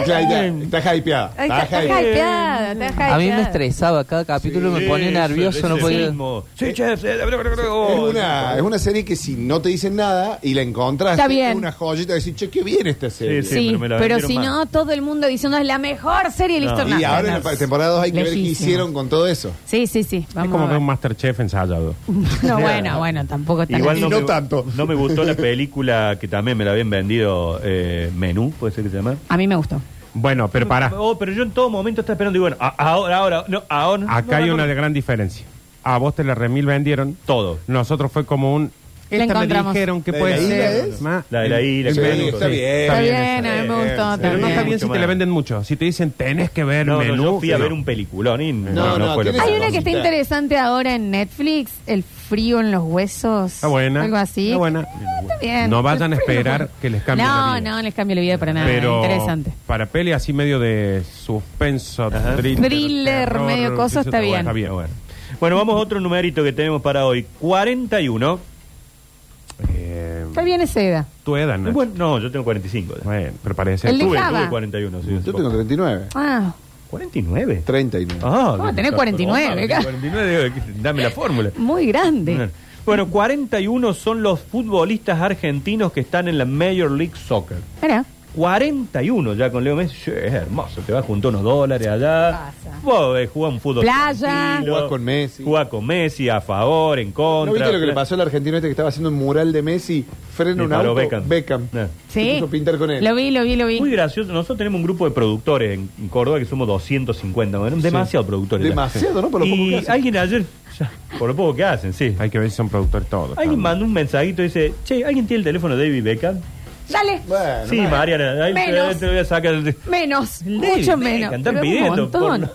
Speaker 2: Claro, ya, está hypeada.
Speaker 1: Ahí Está, está
Speaker 2: hypeada.
Speaker 1: hypeada, está hypeada.
Speaker 5: A mí me estresaba, cada capítulo me ponía nervioso, no podía...
Speaker 3: Sí, chef. eh,
Speaker 2: Es una, es una serie que si no te dicen nada y la encontraste,
Speaker 1: Está bien.
Speaker 2: es una joyita de decir, che, qué bien esta serie.
Speaker 3: Sí,
Speaker 1: Sí,
Speaker 3: pero me
Speaker 1: pero,
Speaker 3: la vendieron
Speaker 1: si
Speaker 3: mal.
Speaker 1: no, todo el mundo diciendo es la mejor serie,
Speaker 3: No.
Speaker 1: listo,
Speaker 2: Y
Speaker 1: no,
Speaker 2: ahora
Speaker 1: no.
Speaker 2: en la temporada 2 hay que ver qué
Speaker 1: Lejísimo.
Speaker 2: hicieron con todo eso.
Speaker 1: Sí, sí, sí.
Speaker 4: es
Speaker 1: Vamos
Speaker 4: como
Speaker 1: a
Speaker 4: ver
Speaker 1: ver.
Speaker 4: un Masterchef ensayado.
Speaker 1: No, bueno, bueno, tampoco tan
Speaker 3: Igual
Speaker 2: Y
Speaker 3: no,
Speaker 2: no
Speaker 3: me,
Speaker 2: tanto.
Speaker 3: No me gustó la película que también me la habían vendido eh, Menú, puede ser que se llama.
Speaker 1: A mí me gustó.
Speaker 4: Bueno, pero pará.
Speaker 3: Oh, pero yo en todo momento estaba esperando. Y bueno, a- ahora, ahora, no, ahora.
Speaker 4: Acá
Speaker 3: no,
Speaker 4: hay
Speaker 3: no,
Speaker 4: una
Speaker 3: no.
Speaker 4: de gran diferencia. A vos te la remil vendieron.
Speaker 3: Todo.
Speaker 4: Nosotros fue como un.
Speaker 1: La
Speaker 4: Esta me
Speaker 1: encontramos.
Speaker 4: dijeron que
Speaker 2: ¿La
Speaker 4: puede
Speaker 2: de la isla ¿eh?
Speaker 4: ser.
Speaker 2: es?
Speaker 4: ma-
Speaker 3: La de la
Speaker 4: el-
Speaker 3: isla,
Speaker 4: el
Speaker 3: sí,
Speaker 4: menú,
Speaker 3: está bien.
Speaker 1: Está
Speaker 4: Está bien
Speaker 1: bien,
Speaker 4: esa.
Speaker 1: a mí me
Speaker 2: bien,
Speaker 1: gustó.
Speaker 2: sí.
Speaker 4: Pero no
Speaker 1: también.
Speaker 4: está bien
Speaker 3: Mucho
Speaker 4: si te la
Speaker 3: más.
Speaker 4: venden mucho. Si te dicen tenés que ver
Speaker 3: No, no,
Speaker 4: menú.
Speaker 3: yo fui a
Speaker 4: no.
Speaker 3: ver un peliculón y no, no,
Speaker 2: no,
Speaker 3: fue lo
Speaker 2: tiene-
Speaker 1: Hay
Speaker 3: que-
Speaker 1: una que está
Speaker 2: Cosita.
Speaker 1: interesante ahora en Netflix, El frío en los huesos.
Speaker 4: Está buena.
Speaker 1: Algo así.
Speaker 4: Está buena.
Speaker 1: Ah, está bien.
Speaker 4: No vayan a
Speaker 1: El frío en los
Speaker 4: esperar
Speaker 1: huesos.
Speaker 4: que les cambie
Speaker 1: no,
Speaker 4: la vida.
Speaker 1: No, no les cambie la vida para nada.
Speaker 4: Pero
Speaker 1: Interesante.
Speaker 4: para peli así medio de suspenso,
Speaker 3: Ajá.
Speaker 4: thriller,
Speaker 1: Thriller, medio
Speaker 4: qué
Speaker 1: cosa,
Speaker 4: sé yo,
Speaker 1: está bien.
Speaker 4: Está bien,
Speaker 3: Bueno, Bueno, vamos a otro numerito que tenemos para hoy. 41.
Speaker 4: Eh,
Speaker 1: Está bien esa edad.
Speaker 4: Tu edad, Nacho.
Speaker 3: Bueno, no, yo tengo 45.
Speaker 4: Bueno, pero parece.
Speaker 1: El de
Speaker 3: Tuve,
Speaker 1: Java.
Speaker 3: tuve 41, sí. hace
Speaker 2: Yo tengo
Speaker 3: poco.
Speaker 2: 39.
Speaker 1: Ah,
Speaker 3: 49.
Speaker 2: 39.
Speaker 3: Ah,
Speaker 1: ¿Cómo tenés 49?
Speaker 3: 49, eh, dame la fórmula.
Speaker 1: muy grande.
Speaker 3: Bueno, 41 son los futbolistas argentinos que están en la Major League Soccer.
Speaker 1: Mira.
Speaker 3: 41 ya con Leo Messi, che, es hermoso, te vas junto unos dólares allá.
Speaker 1: Pasa.
Speaker 3: Vos eh, jugás un fútbol.
Speaker 1: Playa.
Speaker 3: tranquilo,
Speaker 2: Jugás con Messi.
Speaker 3: Jugás con Messi a favor, en contra.
Speaker 2: ¿No viste lo que le
Speaker 3: Pla-
Speaker 2: pasó al argentino este que estaba haciendo un mural de Messi? Frena
Speaker 3: Le
Speaker 2: un
Speaker 3: paró
Speaker 2: auto.
Speaker 3: Beckham. Eh.
Speaker 1: Sí.
Speaker 2: Se puso a pintar con él.
Speaker 1: Lo vi, lo vi, lo vi.
Speaker 3: Muy gracioso. Nosotros tenemos un grupo de productores en Córdoba que somos 250, bueno, demasiados productores.
Speaker 2: Demasiado, ¿no? Por lo poco
Speaker 3: y
Speaker 2: que hacen.
Speaker 3: alguien ayer Ya, por lo poco que hacen, sí.
Speaker 4: Hay que ver si son productores todos.
Speaker 3: Alguien
Speaker 4: también.
Speaker 3: mandó un mensajito y dice, che, ¿alguien tiene el teléfono de David Beckham?
Speaker 1: Dale.
Speaker 2: Bueno,
Speaker 3: sí,
Speaker 2: bueno.
Speaker 3: Mariana, ahí te-
Speaker 1: Menos.
Speaker 3: te voy a sacar el...
Speaker 1: Menos,
Speaker 3: Ley,
Speaker 1: mucho
Speaker 3: ley,
Speaker 1: menos.
Speaker 3: cantar
Speaker 1: pero un
Speaker 3: pidiendo,
Speaker 1: montón.
Speaker 3: por-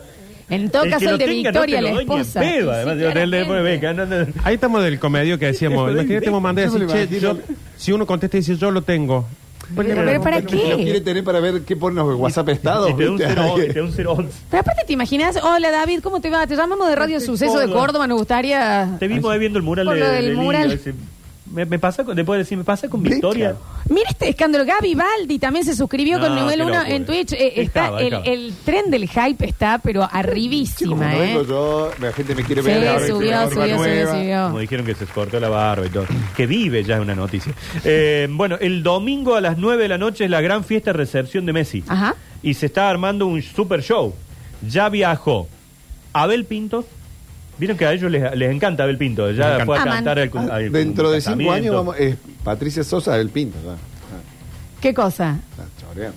Speaker 1: En todo
Speaker 3: El
Speaker 1: caso,
Speaker 3: que
Speaker 1: el
Speaker 3: lo
Speaker 1: de
Speaker 3: tenga, no te
Speaker 1: Victoria,
Speaker 3: lo
Speaker 1: la
Speaker 3: doy ni en
Speaker 1: esposa.
Speaker 3: pedo,
Speaker 1: Sí,
Speaker 3: además, de tener el teléfono de
Speaker 1: claramente.
Speaker 3: Beckham, no, no, no.
Speaker 4: Ahí estamos del comedio que decíamos.
Speaker 3: Sí,
Speaker 4: Imagínate, me mandé a decir,
Speaker 2: Yo me
Speaker 4: che,
Speaker 2: imagino-
Speaker 4: yo- si uno contesta y dice, yo lo tengo.
Speaker 1: Pero, pero ¿para
Speaker 2: Lo quiere
Speaker 1: qué?
Speaker 2: tener para ver qué ponen los WhatsApp estados.
Speaker 3: Y te da un
Speaker 2: ¿viste?
Speaker 3: 0 y te da un 011.
Speaker 1: Pero aparte, ¿te imaginas? Hola David, ¿cómo te va? Te llamamos de Radio
Speaker 3: Sí,
Speaker 1: Suceso de
Speaker 3: Córdoba.
Speaker 1: Córdoba, nos gustaría.
Speaker 3: Te vimos ahí viendo el mural
Speaker 1: Por
Speaker 3: de,
Speaker 1: lo del
Speaker 3: de Liga,
Speaker 1: mural.
Speaker 3: ese. Me, me pasa con, después de decir, me pasa con
Speaker 2: Venga.
Speaker 3: Victoria.
Speaker 1: Mira este escándalo. Gaby Baldi también se suscribió
Speaker 3: No,
Speaker 1: con nivel
Speaker 3: qué
Speaker 1: 1
Speaker 3: locura.
Speaker 1: en Twitch. Eh,
Speaker 3: Ahí
Speaker 1: está,
Speaker 3: estaba, ahí
Speaker 1: el,
Speaker 3: estaba.
Speaker 1: el tren del hype está, pero
Speaker 2: Como
Speaker 1: arribísima,
Speaker 2: no
Speaker 1: ¿eh?
Speaker 2: vengo yo, la gente me quiere
Speaker 1: Sí,
Speaker 2: ver. ahora,
Speaker 1: subió,
Speaker 2: barba
Speaker 1: subió, subió,
Speaker 2: nueva.
Speaker 1: subió.
Speaker 3: Como dijeron que se cortó la barba y todo. Que vive ya es una noticia. Eh, bueno, el domingo a las 9 de la noche es la gran fiesta de recepción de Messi.
Speaker 1: Ajá.
Speaker 3: Y se está armando un super show. Ya viajó Abel Pinto. Vieron que a ellos les, les encanta Abel Pinto.
Speaker 4: Les
Speaker 3: Ya
Speaker 4: encanta.
Speaker 3: fue a
Speaker 1: Aman.
Speaker 3: cantar al,
Speaker 2: Ah,
Speaker 3: al-
Speaker 2: Dentro de cinco
Speaker 3: casamiento.
Speaker 2: años vamos. eh, Patricia Sosa del Pinto. Ah, ¿no?
Speaker 1: ¿Qué cosa?
Speaker 2: Ah, choreando.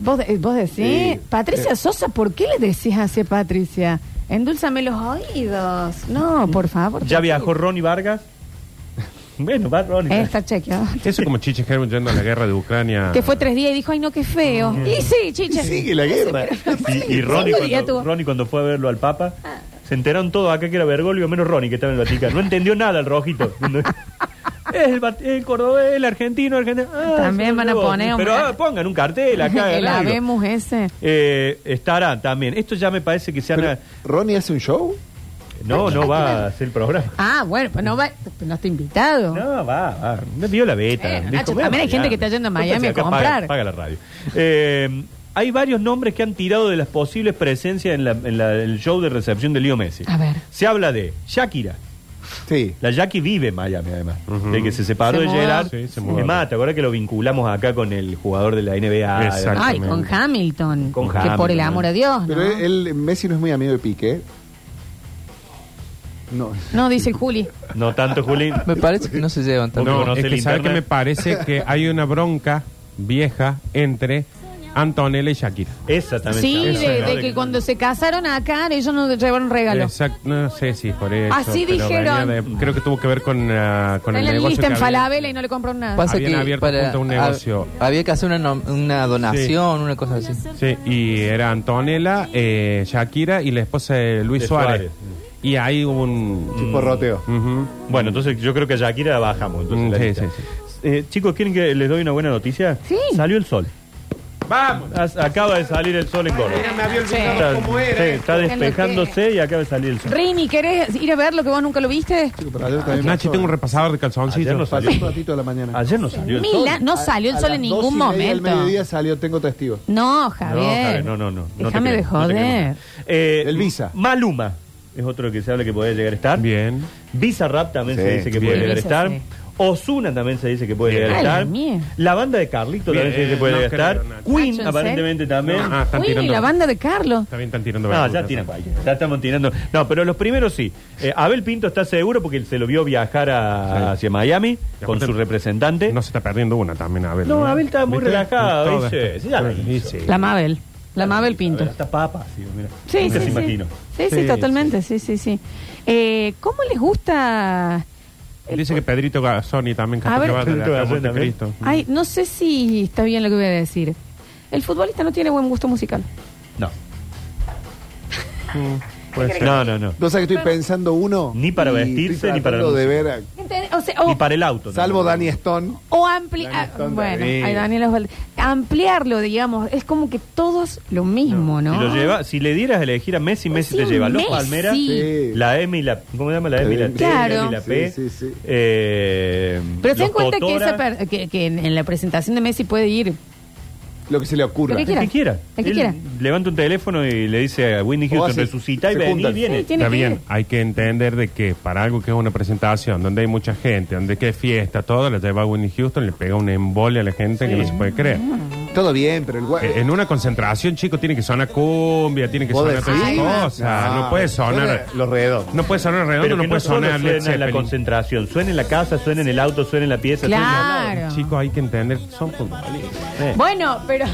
Speaker 1: ¿Vos, de- vos decís?
Speaker 3: eh.
Speaker 2: Sí.
Speaker 1: Patricia Sosa, ¿por qué le decís así a Patricia? Endúlzame los oídos. No, por favor.
Speaker 3: Ya viajó Ronnie Vargas. Bueno, va Ronnie.
Speaker 1: Eh, Está chequeado.
Speaker 4: Eso como Chiche Herman yendo a la guerra de
Speaker 3: Ah.
Speaker 4: Ucrania.
Speaker 1: Que fue tres días y dijo, ay, no, qué feo. Y sí, chiche.
Speaker 2: Sigue la guerra.
Speaker 3: Y, y Ronnie,
Speaker 1: Cinco días
Speaker 3: cuando,
Speaker 1: tuvo.
Speaker 3: Ronnie cuando fue a verlo al Papa, se enteraron todos acá que era Bergoglio, menos Ronnie que estaba en el Vaticano. No entendió nada el rojito. Es el, va- el cordobés, el argentino, argentino. Ah,
Speaker 1: También
Speaker 3: se lo
Speaker 1: van a
Speaker 3: llevó.
Speaker 1: poner un-
Speaker 3: Pero ah, pongan un cartel acá.
Speaker 1: El
Speaker 3: algo.
Speaker 1: habemos ese.
Speaker 3: Eh, estará también. Esto ya me parece que se
Speaker 2: Pero,
Speaker 3: han...
Speaker 2: ¿Ronnie hace un show?
Speaker 3: No, no va a hacer el programa.
Speaker 1: Ah, bueno, pues no, va, no está invitado.
Speaker 3: No, va, va. No dio la beta.
Speaker 1: Eh,
Speaker 3: Dijo,
Speaker 1: Nacho,
Speaker 3: "Ve a
Speaker 1: también hay gente que está yendo a Miami a
Speaker 3: Acá
Speaker 1: comprar".
Speaker 3: Paga, paga la radio. Eh, hay varios nombres que han tirado de las posibles presencias en, la- en la- el show de recepción de Leo Messi.
Speaker 1: A ver.
Speaker 3: Se habla de Shakira.
Speaker 2: Sí.
Speaker 3: La Jackie vive en Miami, además. De que se separó
Speaker 1: Se
Speaker 3: de
Speaker 1: mudó.
Speaker 3: Gerard.
Speaker 4: Sí, se mudó.
Speaker 3: es más, ¿te acuerdas que lo vinculamos acá con el jugador de la NBA?
Speaker 4: Exacto.
Speaker 1: Ay, con Hamilton.
Speaker 3: Con
Speaker 1: que por el
Speaker 3: Hamilton.
Speaker 1: amor a Dios.
Speaker 2: Pero
Speaker 1: ¿no?
Speaker 2: él, Messi no es muy amigo de Piqué. No.
Speaker 1: No, dice el Juli.
Speaker 3: No tanto, Julín.
Speaker 5: Me parece que no se llevan tanto.
Speaker 3: Porque
Speaker 4: No,
Speaker 3: conoce
Speaker 4: es que
Speaker 3: el
Speaker 4: sabe que
Speaker 3: internet.
Speaker 4: me parece que hay una bronca vieja entre Antonella y Shakira.
Speaker 3: Esa también.
Speaker 1: Sí,
Speaker 3: se habla,
Speaker 1: de,
Speaker 3: ¿no?
Speaker 1: de que cuando se casaron acá, ellos no llevaron regalo.
Speaker 4: Exacto, no sé si por eso.
Speaker 1: Así
Speaker 4: pero
Speaker 1: Ah, dijeron.
Speaker 4: venía de- creo que tuvo que ver con, ah, con
Speaker 1: Está en
Speaker 4: el
Speaker 1: la
Speaker 4: negocio.
Speaker 1: lista
Speaker 4: que
Speaker 1: en
Speaker 4: había.
Speaker 1: Falabella y no le compraron nada.
Speaker 5: Pasa
Speaker 4: Habían
Speaker 5: que
Speaker 4: abierto junto un
Speaker 5: hab-
Speaker 4: negocio.
Speaker 5: había que hacer una, nom- una donación, una cosa así.
Speaker 4: Sí, y era Antonella, eh, Shakira y la esposa de Luis
Speaker 3: De Suárez.
Speaker 4: Suárez. Y hay un...
Speaker 2: Un
Speaker 3: Mm.
Speaker 2: porroteo.
Speaker 4: Ujú.
Speaker 3: Bueno, entonces yo creo que a Shakira la bajamos. entonces,
Speaker 4: Mm,
Speaker 3: la
Speaker 4: sí,
Speaker 3: lista.
Speaker 4: sí, sí.
Speaker 3: Eh, chicos, ¿quieren que les doy una buena noticia?
Speaker 1: Sí.
Speaker 3: Salió el sol.
Speaker 4: ¡Vamos!
Speaker 3: As- Acaba de salir el sol en Córdoba.
Speaker 4: me había
Speaker 3: Está,
Speaker 4: olvidado cómo
Speaker 3: sí,
Speaker 4: era.
Speaker 3: está
Speaker 1: En lo que-
Speaker 3: despejándose y acaba de salir el sol.
Speaker 1: Rini, ¿querés ir a ver lo que vos nunca lo viste?
Speaker 2: Chico, pero ayer también
Speaker 4: Nachi,
Speaker 2: pasó,
Speaker 4: tengo
Speaker 2: eh.
Speaker 4: un repasador de
Speaker 3: Ayer
Speaker 4: calzoncillos.
Speaker 3: nos-
Speaker 2: Pasó un ratito de la mañana.
Speaker 3: Ayer no salió el sol.
Speaker 1: Mila, no salió el
Speaker 2: A
Speaker 1: sol
Speaker 2: las
Speaker 1: en
Speaker 2: dos
Speaker 1: ningún
Speaker 2: y media del
Speaker 1: momento.
Speaker 2: mediodía salió, tengo testigo.
Speaker 1: No,
Speaker 3: No,
Speaker 1: Javier.
Speaker 3: Javier, no, no, no. no te
Speaker 1: Déjame
Speaker 3: creo,
Speaker 1: de
Speaker 3: no te creo.
Speaker 1: joder.
Speaker 3: Eh,
Speaker 2: El Visa.
Speaker 3: Maluma es otro que se habla que puede llegar a estar.
Speaker 4: Bien.
Speaker 3: Visa Rap también se
Speaker 2: Sí,
Speaker 3: dice que
Speaker 4: bien.
Speaker 3: puede llegar a
Speaker 1: Visa,
Speaker 3: estar.
Speaker 1: sí.
Speaker 3: Osuna también se dice que puede llegar a
Speaker 1: Ay, la
Speaker 3: estar.
Speaker 1: mierda.
Speaker 3: La banda de Carlito
Speaker 4: Bien,
Speaker 3: también se dice que puede
Speaker 4: no
Speaker 3: llegar a
Speaker 4: creo,
Speaker 3: estar.
Speaker 4: Nacho.
Speaker 1: Nacho,
Speaker 3: Queen
Speaker 1: ¿en
Speaker 3: aparentemente también.
Speaker 4: Ah, están
Speaker 1: Uy,
Speaker 4: tirando.
Speaker 1: la banda de Carlos.
Speaker 4: También están tirando
Speaker 3: No,
Speaker 4: verduras.
Speaker 3: ya tiran cualquiera. Ya estamos tirando. No, pero los primeros sí. Eh, Abel Pinto está seguro porque se lo vio viajar a-
Speaker 4: Sí.
Speaker 3: hacia Miami
Speaker 4: Y
Speaker 3: con
Speaker 4: aparte-
Speaker 3: su representante.
Speaker 4: No se está perdiendo una también, Abel.
Speaker 3: No, Abel está muy
Speaker 4: ¿Viste?
Speaker 3: relajado,
Speaker 4: Todas
Speaker 3: dice,
Speaker 4: estas-
Speaker 3: sí, ya la
Speaker 4: Sí,
Speaker 3: hizo.
Speaker 4: sí.
Speaker 1: La Mabel. La Mabel
Speaker 3: A
Speaker 1: Pinto.
Speaker 3: ver, hasta papa, sí, mira.
Speaker 1: Sí,
Speaker 3: Nunca
Speaker 1: sí,
Speaker 3: se
Speaker 1: sí.
Speaker 3: imagino.
Speaker 1: Sí, sí,
Speaker 4: Sí,
Speaker 1: totalmente. Sí, sí, sí. Eh, ¿Cómo les gusta? el-
Speaker 4: Dice que Pedrito Garzoni también
Speaker 1: A
Speaker 4: capaz
Speaker 1: ver.
Speaker 4: que va de
Speaker 3: Pedrito
Speaker 4: la
Speaker 3: Garzoni
Speaker 4: Monte
Speaker 3: también.
Speaker 4: Cristo.
Speaker 1: Ay, no sé si está bien lo que voy a decir. El futbolista no tiene buen gusto musical.
Speaker 3: No.
Speaker 1: Mm,
Speaker 4: Puede ser.
Speaker 3: No, no, no.
Speaker 2: No sé que estoy pensando uno.
Speaker 3: Ni para
Speaker 2: y
Speaker 3: vestirse,
Speaker 2: estoy
Speaker 3: ni para la
Speaker 2: tratando de
Speaker 3: música.
Speaker 2: ver a-
Speaker 1: ¿Entendés? O sea, o-
Speaker 3: Y para el auto. ¿no?
Speaker 2: Salvo Danny Stone.
Speaker 1: O ampliar.
Speaker 2: Daniel Stone
Speaker 1: bueno,
Speaker 2: también.
Speaker 1: ay, Daniel Osvaldo. Ampliarlo, digamos. Es como que todos lo mismo, ¿no?
Speaker 3: Si, lo lleva, si le dieras a elegir a eh, Messi, Messi
Speaker 1: Sí,
Speaker 3: te lleva los
Speaker 1: Messi.
Speaker 3: Palmeras,
Speaker 2: Sí.
Speaker 3: la M y la. ¿Cómo se llama? La M y la T,
Speaker 1: Claro.
Speaker 3: la M y la P.
Speaker 2: Sí, sí, sí.
Speaker 3: Eh,
Speaker 1: Pero se dan
Speaker 3: los
Speaker 1: cuenta que,
Speaker 3: Totora,
Speaker 1: esa per- que, que en, en la presentación de Messi puede ir.
Speaker 2: Lo que se le
Speaker 1: Lo
Speaker 2: ocurra.
Speaker 1: que
Speaker 3: El que quiera.
Speaker 1: El que
Speaker 3: Él
Speaker 1: quiera.
Speaker 3: Levanta un teléfono y le dice a Whitney
Speaker 2: O
Speaker 3: Houston,
Speaker 2: hace-
Speaker 3: resucita y
Speaker 2: se
Speaker 3: vení,
Speaker 2: juntan.
Speaker 3: viene.
Speaker 1: Sí, tiene
Speaker 4: Está
Speaker 1: que
Speaker 4: bien,
Speaker 1: ir.
Speaker 4: hay que entender de que para algo que es una presentación, donde hay mucha gente, donde que hay fiesta, todo, la lleva Winnie Houston, le pega un embole a la gente que no se puede creer.
Speaker 2: Todo bien, pero el gua-
Speaker 4: Eh, En una concentración, chico, tiene que sonar cumbia, tiene que sonar
Speaker 2: ¿Vos decís?
Speaker 4: otras cosas,
Speaker 3: Ah,
Speaker 4: no, puede sonar,
Speaker 2: Los redondos.
Speaker 4: no puede sonar redondo,
Speaker 3: Pero
Speaker 4: no
Speaker 3: que no
Speaker 4: puede
Speaker 3: solo
Speaker 4: sonar Led
Speaker 3: suena en la
Speaker 4: Zeppelin.
Speaker 3: concentración, suena en la casa, suena en el auto, suena en la pieza. suena en el lado.
Speaker 1: Claro.
Speaker 4: Chicos, hay que entender, son futbolistas.
Speaker 3: Eh.
Speaker 1: Bueno, pero.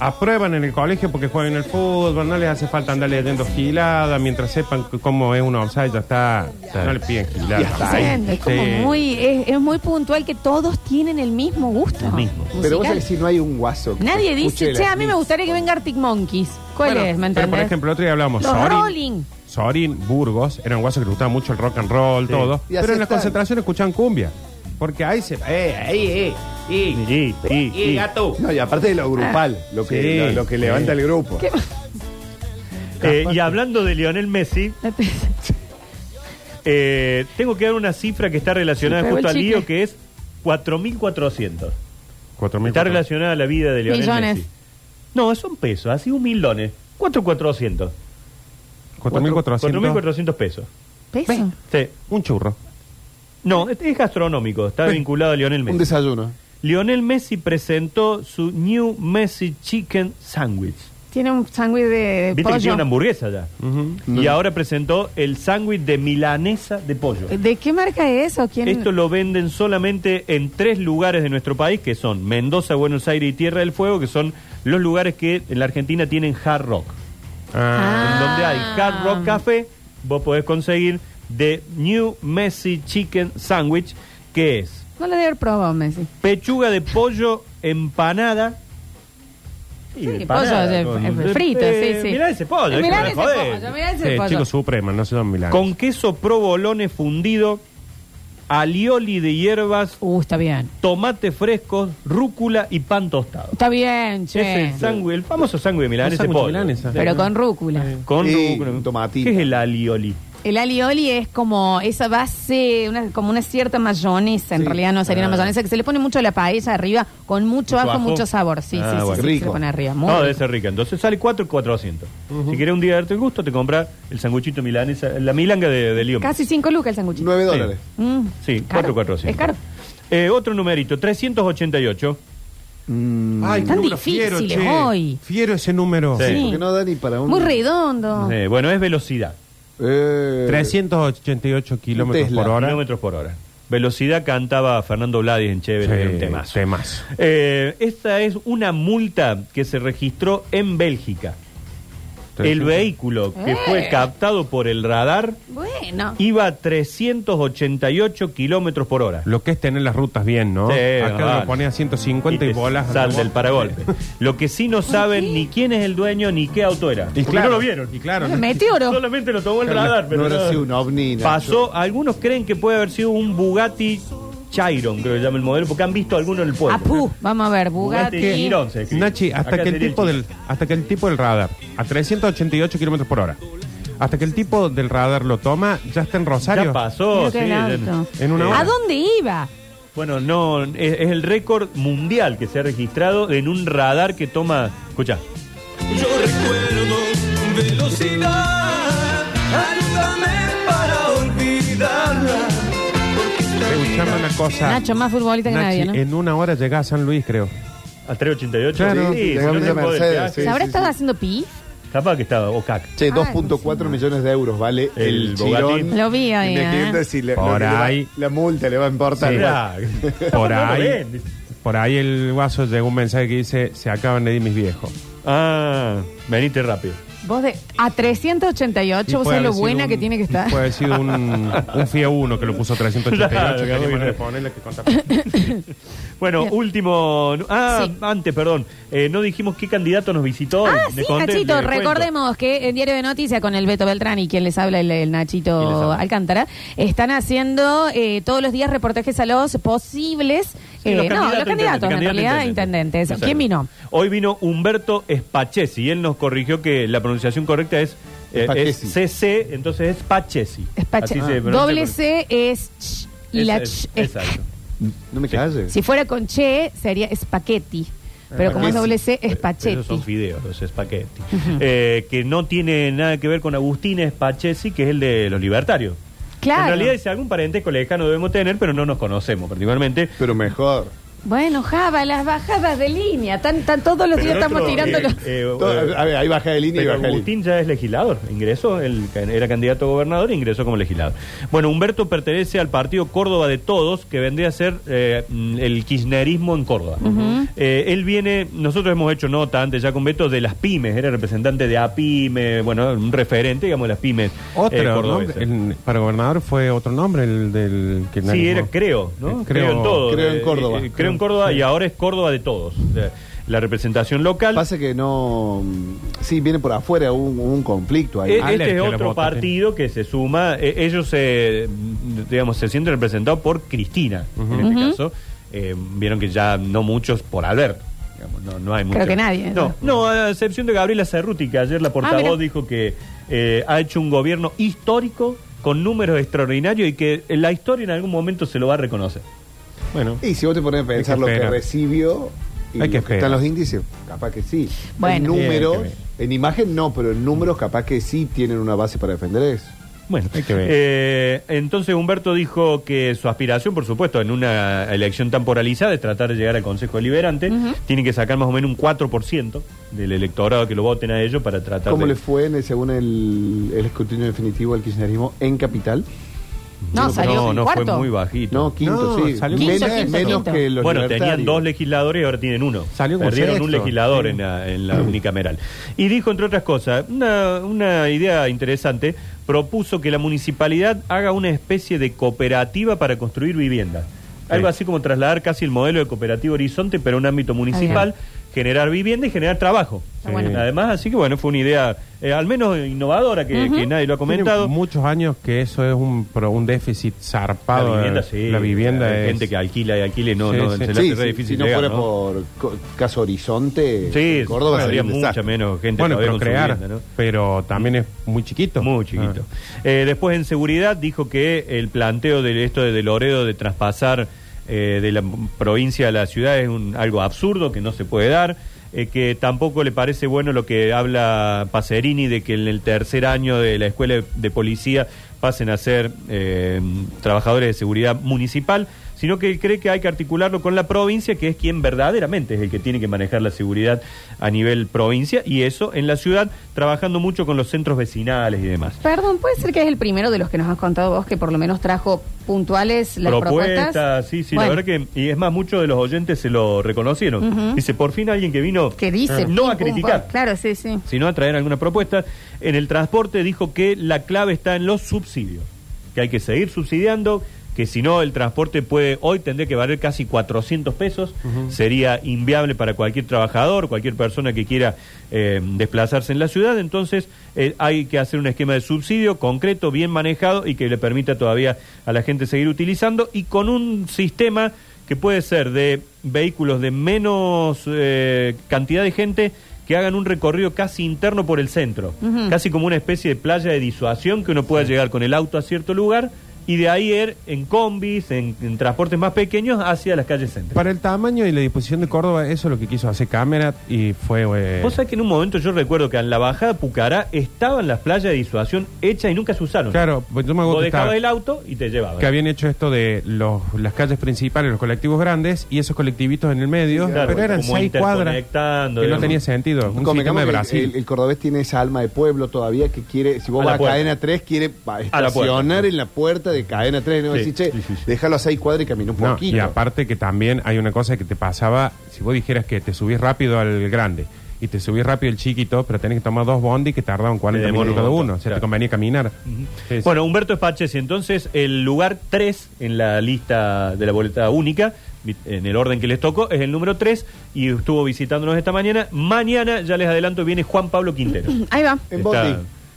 Speaker 4: aprueban en el colegio porque juegan el fútbol, no les hace falta andar leyendo gilada, mientras sepan c- cómo es un offside, ya está, no le piden gilada.
Speaker 1: Entiendo, Es como
Speaker 4: Sí.
Speaker 1: muy, es, es muy puntual que todos tienen el mismo gusto.
Speaker 3: El mismo.
Speaker 2: Pero vos
Speaker 1: musical.
Speaker 2: sabés si no hay un guaso. que
Speaker 1: Nadie
Speaker 2: se escuche
Speaker 1: dice,
Speaker 2: la-
Speaker 1: che, a mí me gustaría que venga Arctic Monkeys. ¿Cuál
Speaker 4: Bueno,
Speaker 1: es? ¿Me
Speaker 4: pero, por
Speaker 1: entendés?
Speaker 4: ejemplo, otro día hablamos
Speaker 1: Los
Speaker 4: Sorin,
Speaker 1: Rolling.
Speaker 4: Sorin, Burgos, eran guasos que les gustaba mucho el rock and roll,
Speaker 3: Sí.
Speaker 4: todo.
Speaker 2: Y así
Speaker 4: Pero en las
Speaker 2: están.
Speaker 4: concentraciones escuchaban cumbia. Porque ahí se. ¡Eh, eh, eh! ¡Eh,
Speaker 3: Y, y, y.
Speaker 4: gato!
Speaker 2: No, y aparte de lo grupal, lo que,
Speaker 4: Sí.
Speaker 2: lo, lo que levanta el grupo.
Speaker 3: Eh, y hablando de Lionel Messi, eh, tengo que dar una cifra que está relacionada
Speaker 1: Se pegó
Speaker 3: justo
Speaker 1: el
Speaker 3: al lío,
Speaker 1: chicle.
Speaker 3: que es 4.400.
Speaker 4: Cuatro mil
Speaker 3: Está
Speaker 4: cuatro-
Speaker 3: relacionada a la vida de Lionel
Speaker 1: Millones.
Speaker 3: Messi. No, son pesos, así un millones. 4.400.
Speaker 4: cuatro mil cuatrocientos.
Speaker 3: 4.400 pesos.
Speaker 1: ¿Peso?
Speaker 3: Sí.
Speaker 4: Un churro.
Speaker 3: No, es, es gastronómico, está
Speaker 2: Ven.
Speaker 3: vinculado a Lionel
Speaker 2: Un
Speaker 3: Messi.
Speaker 2: desayuno.
Speaker 3: Lionel Messi presentó su New Messi Chicken Sandwich.
Speaker 1: Tiene un sándwich de, de
Speaker 3: Viste que tiene una
Speaker 1: pollo.
Speaker 3: hamburguesa ya. Y ahora presentó el sándwich de milanesa de pollo.
Speaker 1: ¿De qué marca es eso? ¿Quién?
Speaker 3: Esto lo venden solamente en tres lugares de nuestro país, que son Mendoza, Buenos Aires y Tierra del Fuego, que son los lugares que en la Argentina tienen hard rock.
Speaker 4: Ah,
Speaker 3: En donde hay
Speaker 1: Ah.
Speaker 3: hard rock café, vos podés conseguir The New Messi Chicken Sandwich, que es
Speaker 1: No lo debe haber probado, Messi.
Speaker 3: pechuga de pollo empanada.
Speaker 1: Sí, pollo de- eh, frito, sí, sí.
Speaker 3: Mirá ese pollo.
Speaker 1: Eh, mirá
Speaker 3: déjame
Speaker 1: ese
Speaker 3: joder.
Speaker 1: pollo, mirá ese
Speaker 4: eh,
Speaker 1: pollo.
Speaker 4: chico suprema, no se dan milagros.
Speaker 3: Con queso provolone fundido, alioli de hierbas,
Speaker 1: Uh, está bien.
Speaker 3: tomate fresco, rúcula y pan tostado.
Speaker 1: Está bien,
Speaker 3: Es
Speaker 1: che.
Speaker 3: el sándwich, el famoso sándwich de milanesa de
Speaker 4: sándwich
Speaker 3: pollo.
Speaker 4: de milanesa.
Speaker 1: Pero con rúcula.
Speaker 3: Con
Speaker 2: Sí,
Speaker 3: rúcula.
Speaker 2: tomatito.
Speaker 3: ¿Qué es el alioli?
Speaker 1: El alioli es como esa base, una- como una cierta mayonesa, en
Speaker 2: Sí.
Speaker 1: realidad no sería una mayonesa, que se le pone mucho la paella arriba, con mucho,
Speaker 3: Ah. ¿Mucho
Speaker 1: ajo,
Speaker 3: ajo?
Speaker 1: mucho sabor. Sí,
Speaker 3: Ah,
Speaker 1: sí, sí, sí,
Speaker 3: bueno.
Speaker 1: que se
Speaker 2: Rico.
Speaker 1: le pone arriba. Muy
Speaker 3: No,
Speaker 1: rico.
Speaker 3: debe ser rica. Entonces sale 4,400. Si quieres un día darte el gusto, te compras el sanguchito milanesa, la milanga de, de Lyon.
Speaker 1: Casi 5 lucas el sanguchito.
Speaker 2: 9 dólares.
Speaker 1: Mm,
Speaker 3: Sí,
Speaker 1: caro.
Speaker 3: 4,400.
Speaker 1: Es caro.
Speaker 3: Eh, otro numerito, 388. Mm.
Speaker 4: Ay,
Speaker 1: Tan
Speaker 4: qué número
Speaker 1: difíciles
Speaker 4: fiero, che.
Speaker 1: hoy.
Speaker 4: Fiero ese número.
Speaker 3: Sí.
Speaker 2: Porque no da ni para un.
Speaker 1: Muy redondo.
Speaker 3: Eh, bueno, es velocidad.
Speaker 2: Eh,
Speaker 4: 388 kilómetros
Speaker 2: Tesla.
Speaker 4: por hora.
Speaker 3: Kilómetros por hora. Velocidad cantaba Fernando Vladis en Chévere, era un temazo.
Speaker 4: temas.
Speaker 3: Eh, esta es una multa que se registró en Bélgica. El vehículo que
Speaker 1: Eh.
Speaker 3: fue captado por el radar
Speaker 1: Bueno.
Speaker 3: iba a 388 kilómetros por hora.
Speaker 4: Lo que es tener las rutas bien, ¿no?
Speaker 3: Sí,
Speaker 4: Acá
Speaker 3: vale.
Speaker 4: lo ponía 150 y,
Speaker 3: te
Speaker 4: bolas.
Speaker 3: Sal del paragolpe. Lo que sí no saben ni quién es el dueño ni qué auto era.
Speaker 4: Y
Speaker 3: Porque
Speaker 4: claro,
Speaker 3: no lo vieron.
Speaker 4: Y claro. no-
Speaker 1: Meteoro.
Speaker 3: Solamente lo tomó el
Speaker 2: Pero
Speaker 3: radar.
Speaker 2: no-
Speaker 3: pero
Speaker 2: no era
Speaker 3: no-
Speaker 2: así un ovni, Nacho.
Speaker 3: Pasó, algunos creen que puede haber sido un Bugatti Chiron, creo que llama el modelo, porque han visto alguno en el pueblo.
Speaker 1: Apu. Vamos a ver, Bugatti.
Speaker 3: Chiron se escribe.
Speaker 4: Nachi, hasta
Speaker 3: Acá
Speaker 4: que, el
Speaker 3: sería
Speaker 4: tipo
Speaker 3: Chiron.
Speaker 4: del, hasta que el tipo del radar, a 388 kilómetros por hora, hasta que el tipo del radar lo toma, ya está en Rosario.
Speaker 3: Ya pasó.
Speaker 1: Mira qué
Speaker 3: Oh, sí,
Speaker 1: auto.
Speaker 4: En una hora.
Speaker 1: ¿A dónde iba?
Speaker 3: Bueno, no, es, es el récord mundial que se ha registrado en un radar que toma. Escucha.
Speaker 6: Yo recuerdo velocidad, ayúdame para olvidarla.
Speaker 4: Escuchame una cosa.
Speaker 1: Nacho, más futbolista que nadie,
Speaker 4: Nachi,
Speaker 1: ¿no?
Speaker 4: en una hora llega a San Luis, creo.
Speaker 3: A 388.
Speaker 4: Claro,
Speaker 3: sí, sí,
Speaker 2: llegamos
Speaker 3: si no
Speaker 2: a
Speaker 3: te jode el
Speaker 2: Mercedes,
Speaker 3: peaje.
Speaker 2: sí.
Speaker 1: ¿Se habrá estado haciendo pi?
Speaker 3: Capaz que estaba OCAC.
Speaker 2: Che,
Speaker 1: Ah,
Speaker 2: 2.4 millones de euros vale el,
Speaker 3: El Bugatti.
Speaker 2: chirón.
Speaker 1: Lo vi hoy,
Speaker 2: Y me
Speaker 1: ¿eh?
Speaker 2: pregunto si le- lo
Speaker 4: Por
Speaker 2: que le va-
Speaker 4: ahí.
Speaker 2: la multa le va a importar.
Speaker 4: Sí.
Speaker 2: Igual.
Speaker 3: Mirá.
Speaker 4: Por
Speaker 3: No lo
Speaker 4: ahí,
Speaker 3: ven.
Speaker 4: por ahí el guaso llegó un mensaje que dice, se acaban de ir mis viejos.
Speaker 3: Ah, venite rápido.
Speaker 1: Vos de, a 388, vos
Speaker 4: puede
Speaker 1: sabés lo
Speaker 4: haber sido
Speaker 1: buena
Speaker 4: un-
Speaker 1: que tiene que estar.
Speaker 4: Puede haber sido un, un FIA 1 que lo puso 388.
Speaker 3: Claro,
Speaker 4: que
Speaker 3: que
Speaker 4: tenía
Speaker 3: bueno.
Speaker 4: manera de ponerle que contaba.
Speaker 3: Bueno,
Speaker 1: Bien.
Speaker 3: último. Ah,
Speaker 1: Sí.
Speaker 3: antes, perdón. Eh, no dijimos qué candidato nos visitó.
Speaker 1: Ah,
Speaker 3: Le
Speaker 1: sí,
Speaker 3: conté,
Speaker 1: Nachito,
Speaker 3: le cuento.
Speaker 1: recordemos que el Diario de Noticias con el Beto Beltrán y quien les habla, el, el
Speaker 3: ¿Quién les
Speaker 1: Nachito
Speaker 3: habla?
Speaker 1: Alcántara, están haciendo eh, todos los días reportajes a los posibles, eh,
Speaker 3: los
Speaker 1: no, los candidatos, en
Speaker 3: intendentes,
Speaker 1: realidad
Speaker 3: candidatos
Speaker 1: intendentes.
Speaker 3: Exacto.
Speaker 1: ¿Quién vino?
Speaker 3: Hoy vino Humberto Spachesi. Él nos corrigió que la pronunciación correcta es, eh, es
Speaker 2: Spachesi.
Speaker 3: CC, entonces es Spachesi.
Speaker 1: Es Pache-
Speaker 3: Así se pronuncia
Speaker 1: Doble
Speaker 3: por-
Speaker 1: C es ch y
Speaker 3: Es-
Speaker 1: la
Speaker 3: es-
Speaker 1: ch es
Speaker 3: Exacto.
Speaker 2: No me calles.
Speaker 1: Si fuera con che, sería espagueti. Pero como es doble C, es
Speaker 3: Pero Esos son
Speaker 1: pachetti.
Speaker 3: fideos, los espagueti. Eh, que no tiene nada que ver con Agustín Spachesi, que es el de los libertarios.
Speaker 1: Claro.
Speaker 3: En realidad dice algún parentesco lejano debemos tener, pero no nos conocemos particularmente.
Speaker 2: Pero mejor.
Speaker 1: Bueno, Java, las bajadas de línea. Tan, tan, todos los días estamos
Speaker 3: eh,
Speaker 1: tirando los...
Speaker 4: eh,
Speaker 2: Todo- a ver, ahí baja de línea y
Speaker 3: Pero
Speaker 2: baja de línea.
Speaker 3: Agustín ya es legislador, ingresó, él can- era candidato a gobernador e ingresó como legislador. Bueno, Humberto pertenece al partido Córdoba de Todos, que vendría a ser eh, mm, el kirchnerismo en Córdoba. Eh, él viene, nosotros hemos hecho nota antes ya con Beto de las pymes, era representante de APYME, bueno, un referente, digamos, de las pymes. eh,
Speaker 4: Otro
Speaker 3: cordobesas.
Speaker 4: nombre, el- para gobernador fue otro nombre el del que
Speaker 3: Sí, era creo, ¿no?
Speaker 4: Eh, creo-
Speaker 3: en todo.
Speaker 2: creo en
Speaker 3: eh,
Speaker 2: Córdoba.
Speaker 3: eh, creo en Córdoba y ahora es Córdoba de Todos. O sea, La representación local.
Speaker 2: Pasa que no. mm, Sí, viene por afuera un, un conflicto ahí. Ah,
Speaker 3: Eh,
Speaker 4: Alex
Speaker 3: Este
Speaker 4: que
Speaker 3: es
Speaker 4: lo
Speaker 3: otro
Speaker 4: vota,
Speaker 3: partido que se suma. eh, ellos se, mm, digamos, se sienten representados por Cristina, en este caso. Eh, vieron que ya no muchos por Alberto. digamos, no, no hay
Speaker 1: Creo
Speaker 3: mucho-
Speaker 1: que nadie, Ah,
Speaker 3: No, no, a excepción de Gabriela Cerruti, que ayer la portavoz
Speaker 1: mira.
Speaker 3: dijo que eh, ha hecho un gobierno histórico con números extraordinarios y que la historia en algún momento se lo va a reconocer.
Speaker 4: Bueno,
Speaker 2: Y si vos te pones a pensar
Speaker 4: que
Speaker 2: lo que
Speaker 4: esperar.
Speaker 2: recibió y
Speaker 4: Hay que
Speaker 2: lo que están
Speaker 4: esperar.
Speaker 2: los índices, capaz que sí.
Speaker 1: Bueno.
Speaker 2: en
Speaker 1: Sí,
Speaker 2: números,
Speaker 4: hay que
Speaker 2: en imagen no, pero en números capaz que sí tienen una base para defender eso.
Speaker 3: Bueno,
Speaker 4: Hay que ver.
Speaker 3: eh, entonces Humberto dijo que su aspiración, por supuesto, en una elección tan polarizada es tratar de llegar al Consejo Deliberante. Tienen que sacar más o menos un 4% del electorado que lo voten a ellos para tratar
Speaker 2: ¿Cómo
Speaker 3: de...
Speaker 2: le fue en el- según el, el escrutinio definitivo al kirchnerismo en Capital?
Speaker 1: No, salió
Speaker 3: no,
Speaker 1: un
Speaker 3: no
Speaker 1: cuarto.
Speaker 3: fue muy bajito.
Speaker 2: No, quinto,
Speaker 4: No,
Speaker 2: sí.
Speaker 4: salió
Speaker 2: menos,
Speaker 1: Quinto, quinto,
Speaker 2: menos
Speaker 1: quinto.
Speaker 2: que los
Speaker 3: bueno, tenían
Speaker 2: libertarios.
Speaker 3: dos legisladores y ahora tienen uno.
Speaker 4: Salió como
Speaker 3: Perdieron un
Speaker 4: sexto,
Speaker 3: legislador
Speaker 4: sí.
Speaker 3: en la, en la unicameral. Y dijo, entre otras cosas, una, una idea interesante, propuso que la municipalidad haga una especie de cooperativa para construir viviendas. Algo así como trasladar casi el modelo de cooperativa Horizonte, pero a un ámbito municipal, generar vivienda y generar trabajo.
Speaker 1: Está bueno.
Speaker 3: Eh, Además, así que bueno, fue una idea eh, al menos innovadora que, que nadie lo ha comentado.
Speaker 4: Tiene muchos años que eso es un, pro- un déficit zarpado.
Speaker 3: La vivienda, sí.
Speaker 4: eh, La vivienda
Speaker 3: Hay
Speaker 4: es-
Speaker 3: gente que alquila y alquila y no,
Speaker 4: Sí,
Speaker 3: no,
Speaker 4: sí.
Speaker 3: se le hace
Speaker 2: Sí,
Speaker 3: re
Speaker 2: sí, si
Speaker 3: difícil
Speaker 2: no
Speaker 3: llegar,
Speaker 2: fuera
Speaker 3: ¿no?
Speaker 2: por co- Caso Horizonte,
Speaker 3: Sí,
Speaker 2: en Córdoba
Speaker 3: habría
Speaker 2: sería un
Speaker 3: mucha
Speaker 2: desastre.
Speaker 3: menos gente
Speaker 4: bueno,
Speaker 3: todavía con su
Speaker 4: procrear,
Speaker 3: vivienda, ¿no?
Speaker 4: pero también es muy chiquito.
Speaker 3: Muy chiquito.
Speaker 4: Ah.
Speaker 3: Eh, después en seguridad dijo que el planteo de esto de, de Loredo de traspasar eh, de la m- provincia a la ciudad es un, algo absurdo que no se puede dar. eh, que tampoco le parece bueno lo que habla Pacerini de que en el tercer año de la escuela de, de policía pasen a ser eh, trabajadores de seguridad municipal, sino que él cree que hay que articularlo con la provincia, que es quien verdaderamente es el que tiene que manejar la seguridad a nivel provincia, y eso en la ciudad, trabajando mucho con los centros vecinales y demás.
Speaker 1: Perdón, ¿puede ser que es el primero de los que nos has contado vos que por lo menos trajo puntuales las propuestas?
Speaker 3: sí, sí,
Speaker 1: Bueno,
Speaker 3: la verdad que, y es más, muchos de los oyentes se lo reconocieron. Dice, por fin alguien que vino Ah.
Speaker 1: que dice...
Speaker 3: no a
Speaker 1: pim, pum,
Speaker 3: criticar.
Speaker 1: pum. Claro, sí, sí.
Speaker 3: sino a traer alguna propuesta. En el transporte dijo que la clave está en los subsidios, que hay que seguir subsidiando, que si no el transporte puede, hoy tendría que valer casi 400 pesos, sería inviable para cualquier trabajador, cualquier persona que quiera eh, desplazarse en la ciudad, entonces eh, hay que hacer un esquema de subsidio concreto, bien manejado y que le permita todavía a la gente seguir utilizando y con un sistema que puede ser de vehículos de menos eh, cantidad de gente que hagan un recorrido casi interno por el centro, casi como una especie de playa de disuasión que uno pueda llegar con el auto a cierto lugar y de ahí ir en combis, en, en transportes más pequeños hacia las calles centrales.
Speaker 4: Para el tamaño y la disposición de Córdoba, eso es lo que quiso hacer Cámara y fue... eh,
Speaker 3: Vos sabés que en un momento yo recuerdo que en la bajada Pucará estaban las playas de disuasión hechas y nunca se usaron.
Speaker 4: Claro, pues yo me acuerdo
Speaker 3: Vos
Speaker 4: que, estaba-
Speaker 3: dejabas el auto y te llevaban.
Speaker 4: que habían hecho esto de los, las calles principales, los colectivos grandes y esos colectivitos en el medio,
Speaker 3: Claro,
Speaker 4: pero eran
Speaker 3: como
Speaker 4: seis cuadras que
Speaker 3: interconectando,
Speaker 4: no
Speaker 3: digamos.
Speaker 4: tenía sentido. Un sistema
Speaker 2: Convengamos
Speaker 4: de
Speaker 2: que el-
Speaker 4: Brasil.
Speaker 2: El, el cordobés tiene esa alma de pueblo todavía que quiere, si vos
Speaker 3: A la
Speaker 2: vas a
Speaker 3: puerta.
Speaker 2: cadena 3, quiere pa-
Speaker 3: A la puerta.
Speaker 2: estacionar en la puerta de cadena 3. No
Speaker 3: Sí,
Speaker 2: decir, che,
Speaker 3: sí, sí, sí.
Speaker 2: déjalo a 6 cuadras y camina un
Speaker 4: No,
Speaker 2: poquito.
Speaker 4: y aparte que también hay una cosa que te pasaba, si vos dijeras que te subís rápido al grande y te subís rápido al chiquito, pero tenés que tomar dos bondi que tardaban 40
Speaker 3: Te demora
Speaker 4: minutos cada
Speaker 3: un montón,
Speaker 4: uno, o sea,
Speaker 3: claro.
Speaker 4: te convenía caminar. Sí, sí.
Speaker 3: Bueno, Humberto Espachesi, entonces el lugar 3 en la lista de la boleta única, vi- en el orden que les tocó, es el número 3 y estuvo visitándonos esta mañana. Mañana, ya les adelanto, viene Juan Pablo Quintero.
Speaker 1: Ahí va.
Speaker 2: En
Speaker 3: Está-
Speaker 2: Bondi.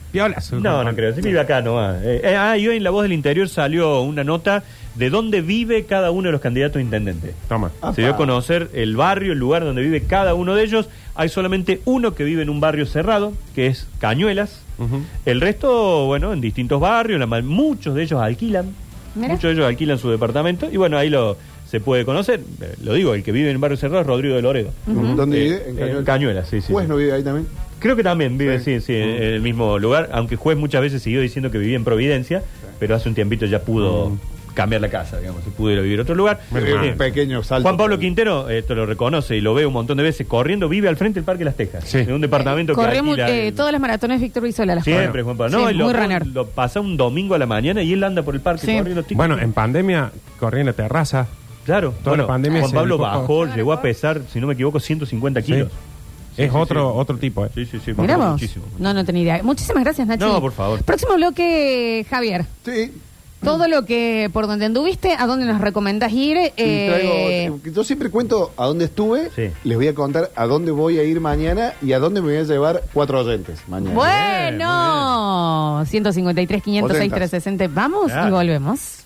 Speaker 4: Piola,
Speaker 3: No, no creo, sí vive acá nomás. Eh, eh, ah, y hoy en La Voz del Interior salió una nota de dónde vive cada uno de los candidatos a intendente.
Speaker 4: Toma.
Speaker 3: Se dio a conocer el barrio, el lugar donde vive cada uno de ellos. Hay solamente uno que vive en un barrio cerrado, que es Cañuelas.
Speaker 4: Ujú.
Speaker 3: El resto, bueno, en distintos barrios, la ma- muchos de ellos alquilan.
Speaker 1: Mira.
Speaker 3: Muchos de ellos alquilan su departamento y bueno, ahí lo se puede conocer. Eh, Lo digo, el que vive en un barrio cerrado es Rodrigo de Loredo.
Speaker 2: ¿Dónde
Speaker 3: Eh,
Speaker 2: vive?
Speaker 3: en Cañuelas, sí, sí.
Speaker 2: Juez no vive ahí también.
Speaker 3: Creo que también vive, sí, sí, en en el mismo lugar, aunque Juez muchas veces siguió diciendo que vivía en Providencia, pero hace un tiempito ya pudo cambiar la casa, digamos, si pudiera vivir en otro lugar.
Speaker 4: Mm. Menos
Speaker 3: Bien.
Speaker 4: mal.
Speaker 2: Un pequeño salto.
Speaker 3: Juan Pablo Quintero eh, te lo reconoce y lo ve un montón de veces corriendo, vive al frente del Parque Las Tejas,
Speaker 4: Sí.
Speaker 3: en un departamento que
Speaker 1: Corrió mu-
Speaker 3: alquila
Speaker 1: eh,
Speaker 3: el-
Speaker 1: todas las maratones Víctor Brizola. Las
Speaker 3: Siempre,
Speaker 1: corrió.
Speaker 3: Juan Pablo. No,
Speaker 1: Sí,
Speaker 3: y
Speaker 1: muy
Speaker 3: lo,
Speaker 1: runner.
Speaker 3: lo pasa un domingo a la mañana y él anda por el parque
Speaker 1: Sí.
Speaker 3: corriendo. tic,
Speaker 4: Bueno,
Speaker 3: tic.
Speaker 4: en pandemia corrí en la terraza.
Speaker 3: claro.
Speaker 4: toda la pandemia
Speaker 3: Juan
Speaker 4: se
Speaker 3: Pablo
Speaker 4: dedicó a-
Speaker 3: bajó, llegó a pesar, si no me equivoco, 150 kilos. Sí,
Speaker 4: es
Speaker 3: sí,
Speaker 4: otro,
Speaker 3: sí.
Speaker 4: otro tipo, ¿eh?
Speaker 3: Sí, sí, sí. bajó
Speaker 1: Mirá vos.
Speaker 3: muchísimo.
Speaker 1: No, no tenía idea. Muchísimas gracias, Nacho.
Speaker 3: No, por favor.
Speaker 1: Próximo bloque, Javier.
Speaker 2: Sí.
Speaker 1: Todo lo que por donde anduviste, a dónde nos recomendás ir.
Speaker 2: Y
Speaker 1: eh,
Speaker 2: traigo- yo siempre cuento a dónde estuve,
Speaker 3: Sí.
Speaker 2: les voy a contar a dónde voy a ir mañana y a dónde me voy a llevar cuatro oyentes mañana.
Speaker 1: bueno, 153, 506,
Speaker 2: Oyentas.
Speaker 1: 360. Vamos y
Speaker 3: Claro.
Speaker 1: volvemos.